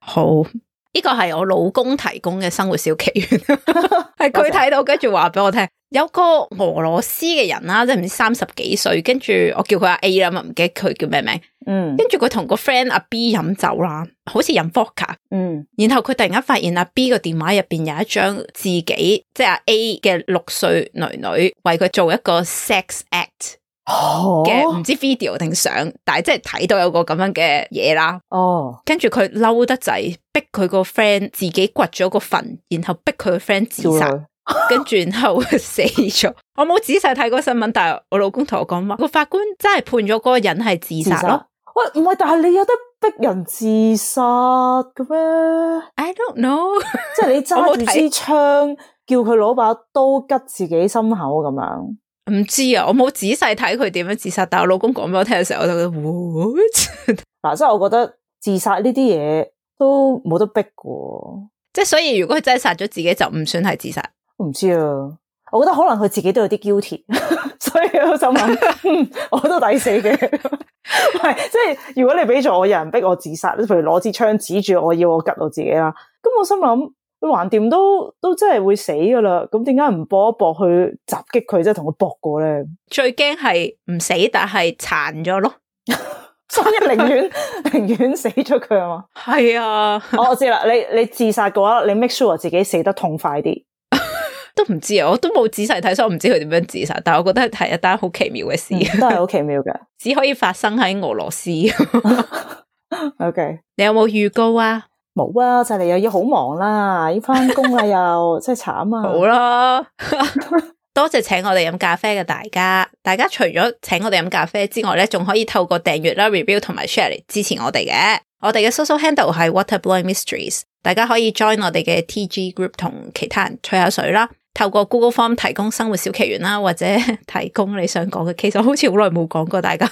Speaker 1: 好， *laughs* 呢個係我老公提供嘅生活小奇緣，係佢睇到跟住話俾我聽，有個俄羅斯嘅人啦，即係唔知三十幾歲，跟住我叫佢阿 A 啦，唔記得佢叫咩名。
Speaker 2: 嗯
Speaker 1: 跟住佢同個 friend 阿 B 飲酒啦，好似飲 vodka，
Speaker 2: 嗯
Speaker 1: 然後佢突然間發現阿 B 個電話入邊有一張自己即係阿 A 嘅六歲女女為佢做一個 sex act 嘅唔
Speaker 2: 哦
Speaker 1: 知 video 定相，但係即係睇到有個咁樣嘅嘢啦。
Speaker 2: 哦，
Speaker 1: 跟住佢嬲得滯，逼佢個 friend 自己掘咗個墳，然後逼佢個 friend 自
Speaker 2: 少
Speaker 1: 殺。
Speaker 2: 女
Speaker 1: 跟住然後死咗。 *laughs* 我冇仔細睇嗰個新聞，但係我老公同我講話，個法官真係判咗嗰個人係自
Speaker 2: 自
Speaker 1: 殺咯
Speaker 2: 殺。。喂，唔係，但係你有得逼人自殺嘅咩？
Speaker 1: I don't know， *laughs*
Speaker 2: 即係你
Speaker 1: 我
Speaker 2: 揸
Speaker 1: 冇
Speaker 2: 住
Speaker 1: 睇
Speaker 2: 支槍，叫佢攞把刀吉自己心口咁樣。
Speaker 1: 唔知啊，我冇仔細睇佢點樣自殺，但係我老公講俾我聽嘅時候，我就覺得 what？ *laughs*
Speaker 2: 嗱，即係我覺得自殺呢啲嘢都冇得逼嘅喎。
Speaker 1: 即係所以，如果佢真係殺咗自己，就唔算係自殺。
Speaker 2: 我唔知啊，我覺得可能佢自己都有啲 guilty，所以 *laughs* 我就諗，嗯，我都抵死嘅。唔係，即係如果你俾咗我有人逼我自殺，譬如攞支槍指住我，要我吉我自己啦，咁我心諗，橫掂都都真係會死噶啦，咁點解唔搏一搏去襲擊佢，即係同佢搏過咧？
Speaker 1: 最驚係唔死，但係殘咗咯。
Speaker 2: 所以寧願寧願死咗佢啊嘛。
Speaker 1: 係啊，
Speaker 2: 哦我知啦，你你自殺嘅話，你 make sure 自己死得痛快啲。
Speaker 1: 都唔知啊，我都冇仔細睇，所以我唔知佢點樣自殺。但係我覺得係一單好奇妙嘅 *laughs* 事，
Speaker 2: 嗯都係好奇妙嘅。
Speaker 1: 只可以發生喺俄羅斯。 *laughs* 你
Speaker 2: OK，
Speaker 1: 有冇預告啊？
Speaker 2: 冇啊，就嚟又要好忙啦，要翻工啦又，真係慘啊！
Speaker 1: 好啦， *laughs* 多謝請我哋飲咖啡嘅大家。大家除咗請我哋飲咖啡之外咧，仲可以透過訂閱啦、review 同埋 share 嚟支持我哋嘅。我哋嘅 social handle 係 Waterblowing Mysteries，大家可以 join 我哋嘅 TG group 同其他人吹下水啦。透過 Google Form 提供生活小奇緣啦，或者 *laughs* 提供你想講嘅 case，我好似好耐冇講過大家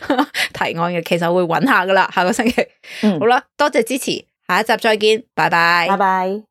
Speaker 1: *laughs* 提案嘅 case，我會揾下噶啦，下個星期。
Speaker 2: 嗯
Speaker 1: 好啦，多謝支持，下一集再見，拜拜
Speaker 2: 拜。拜。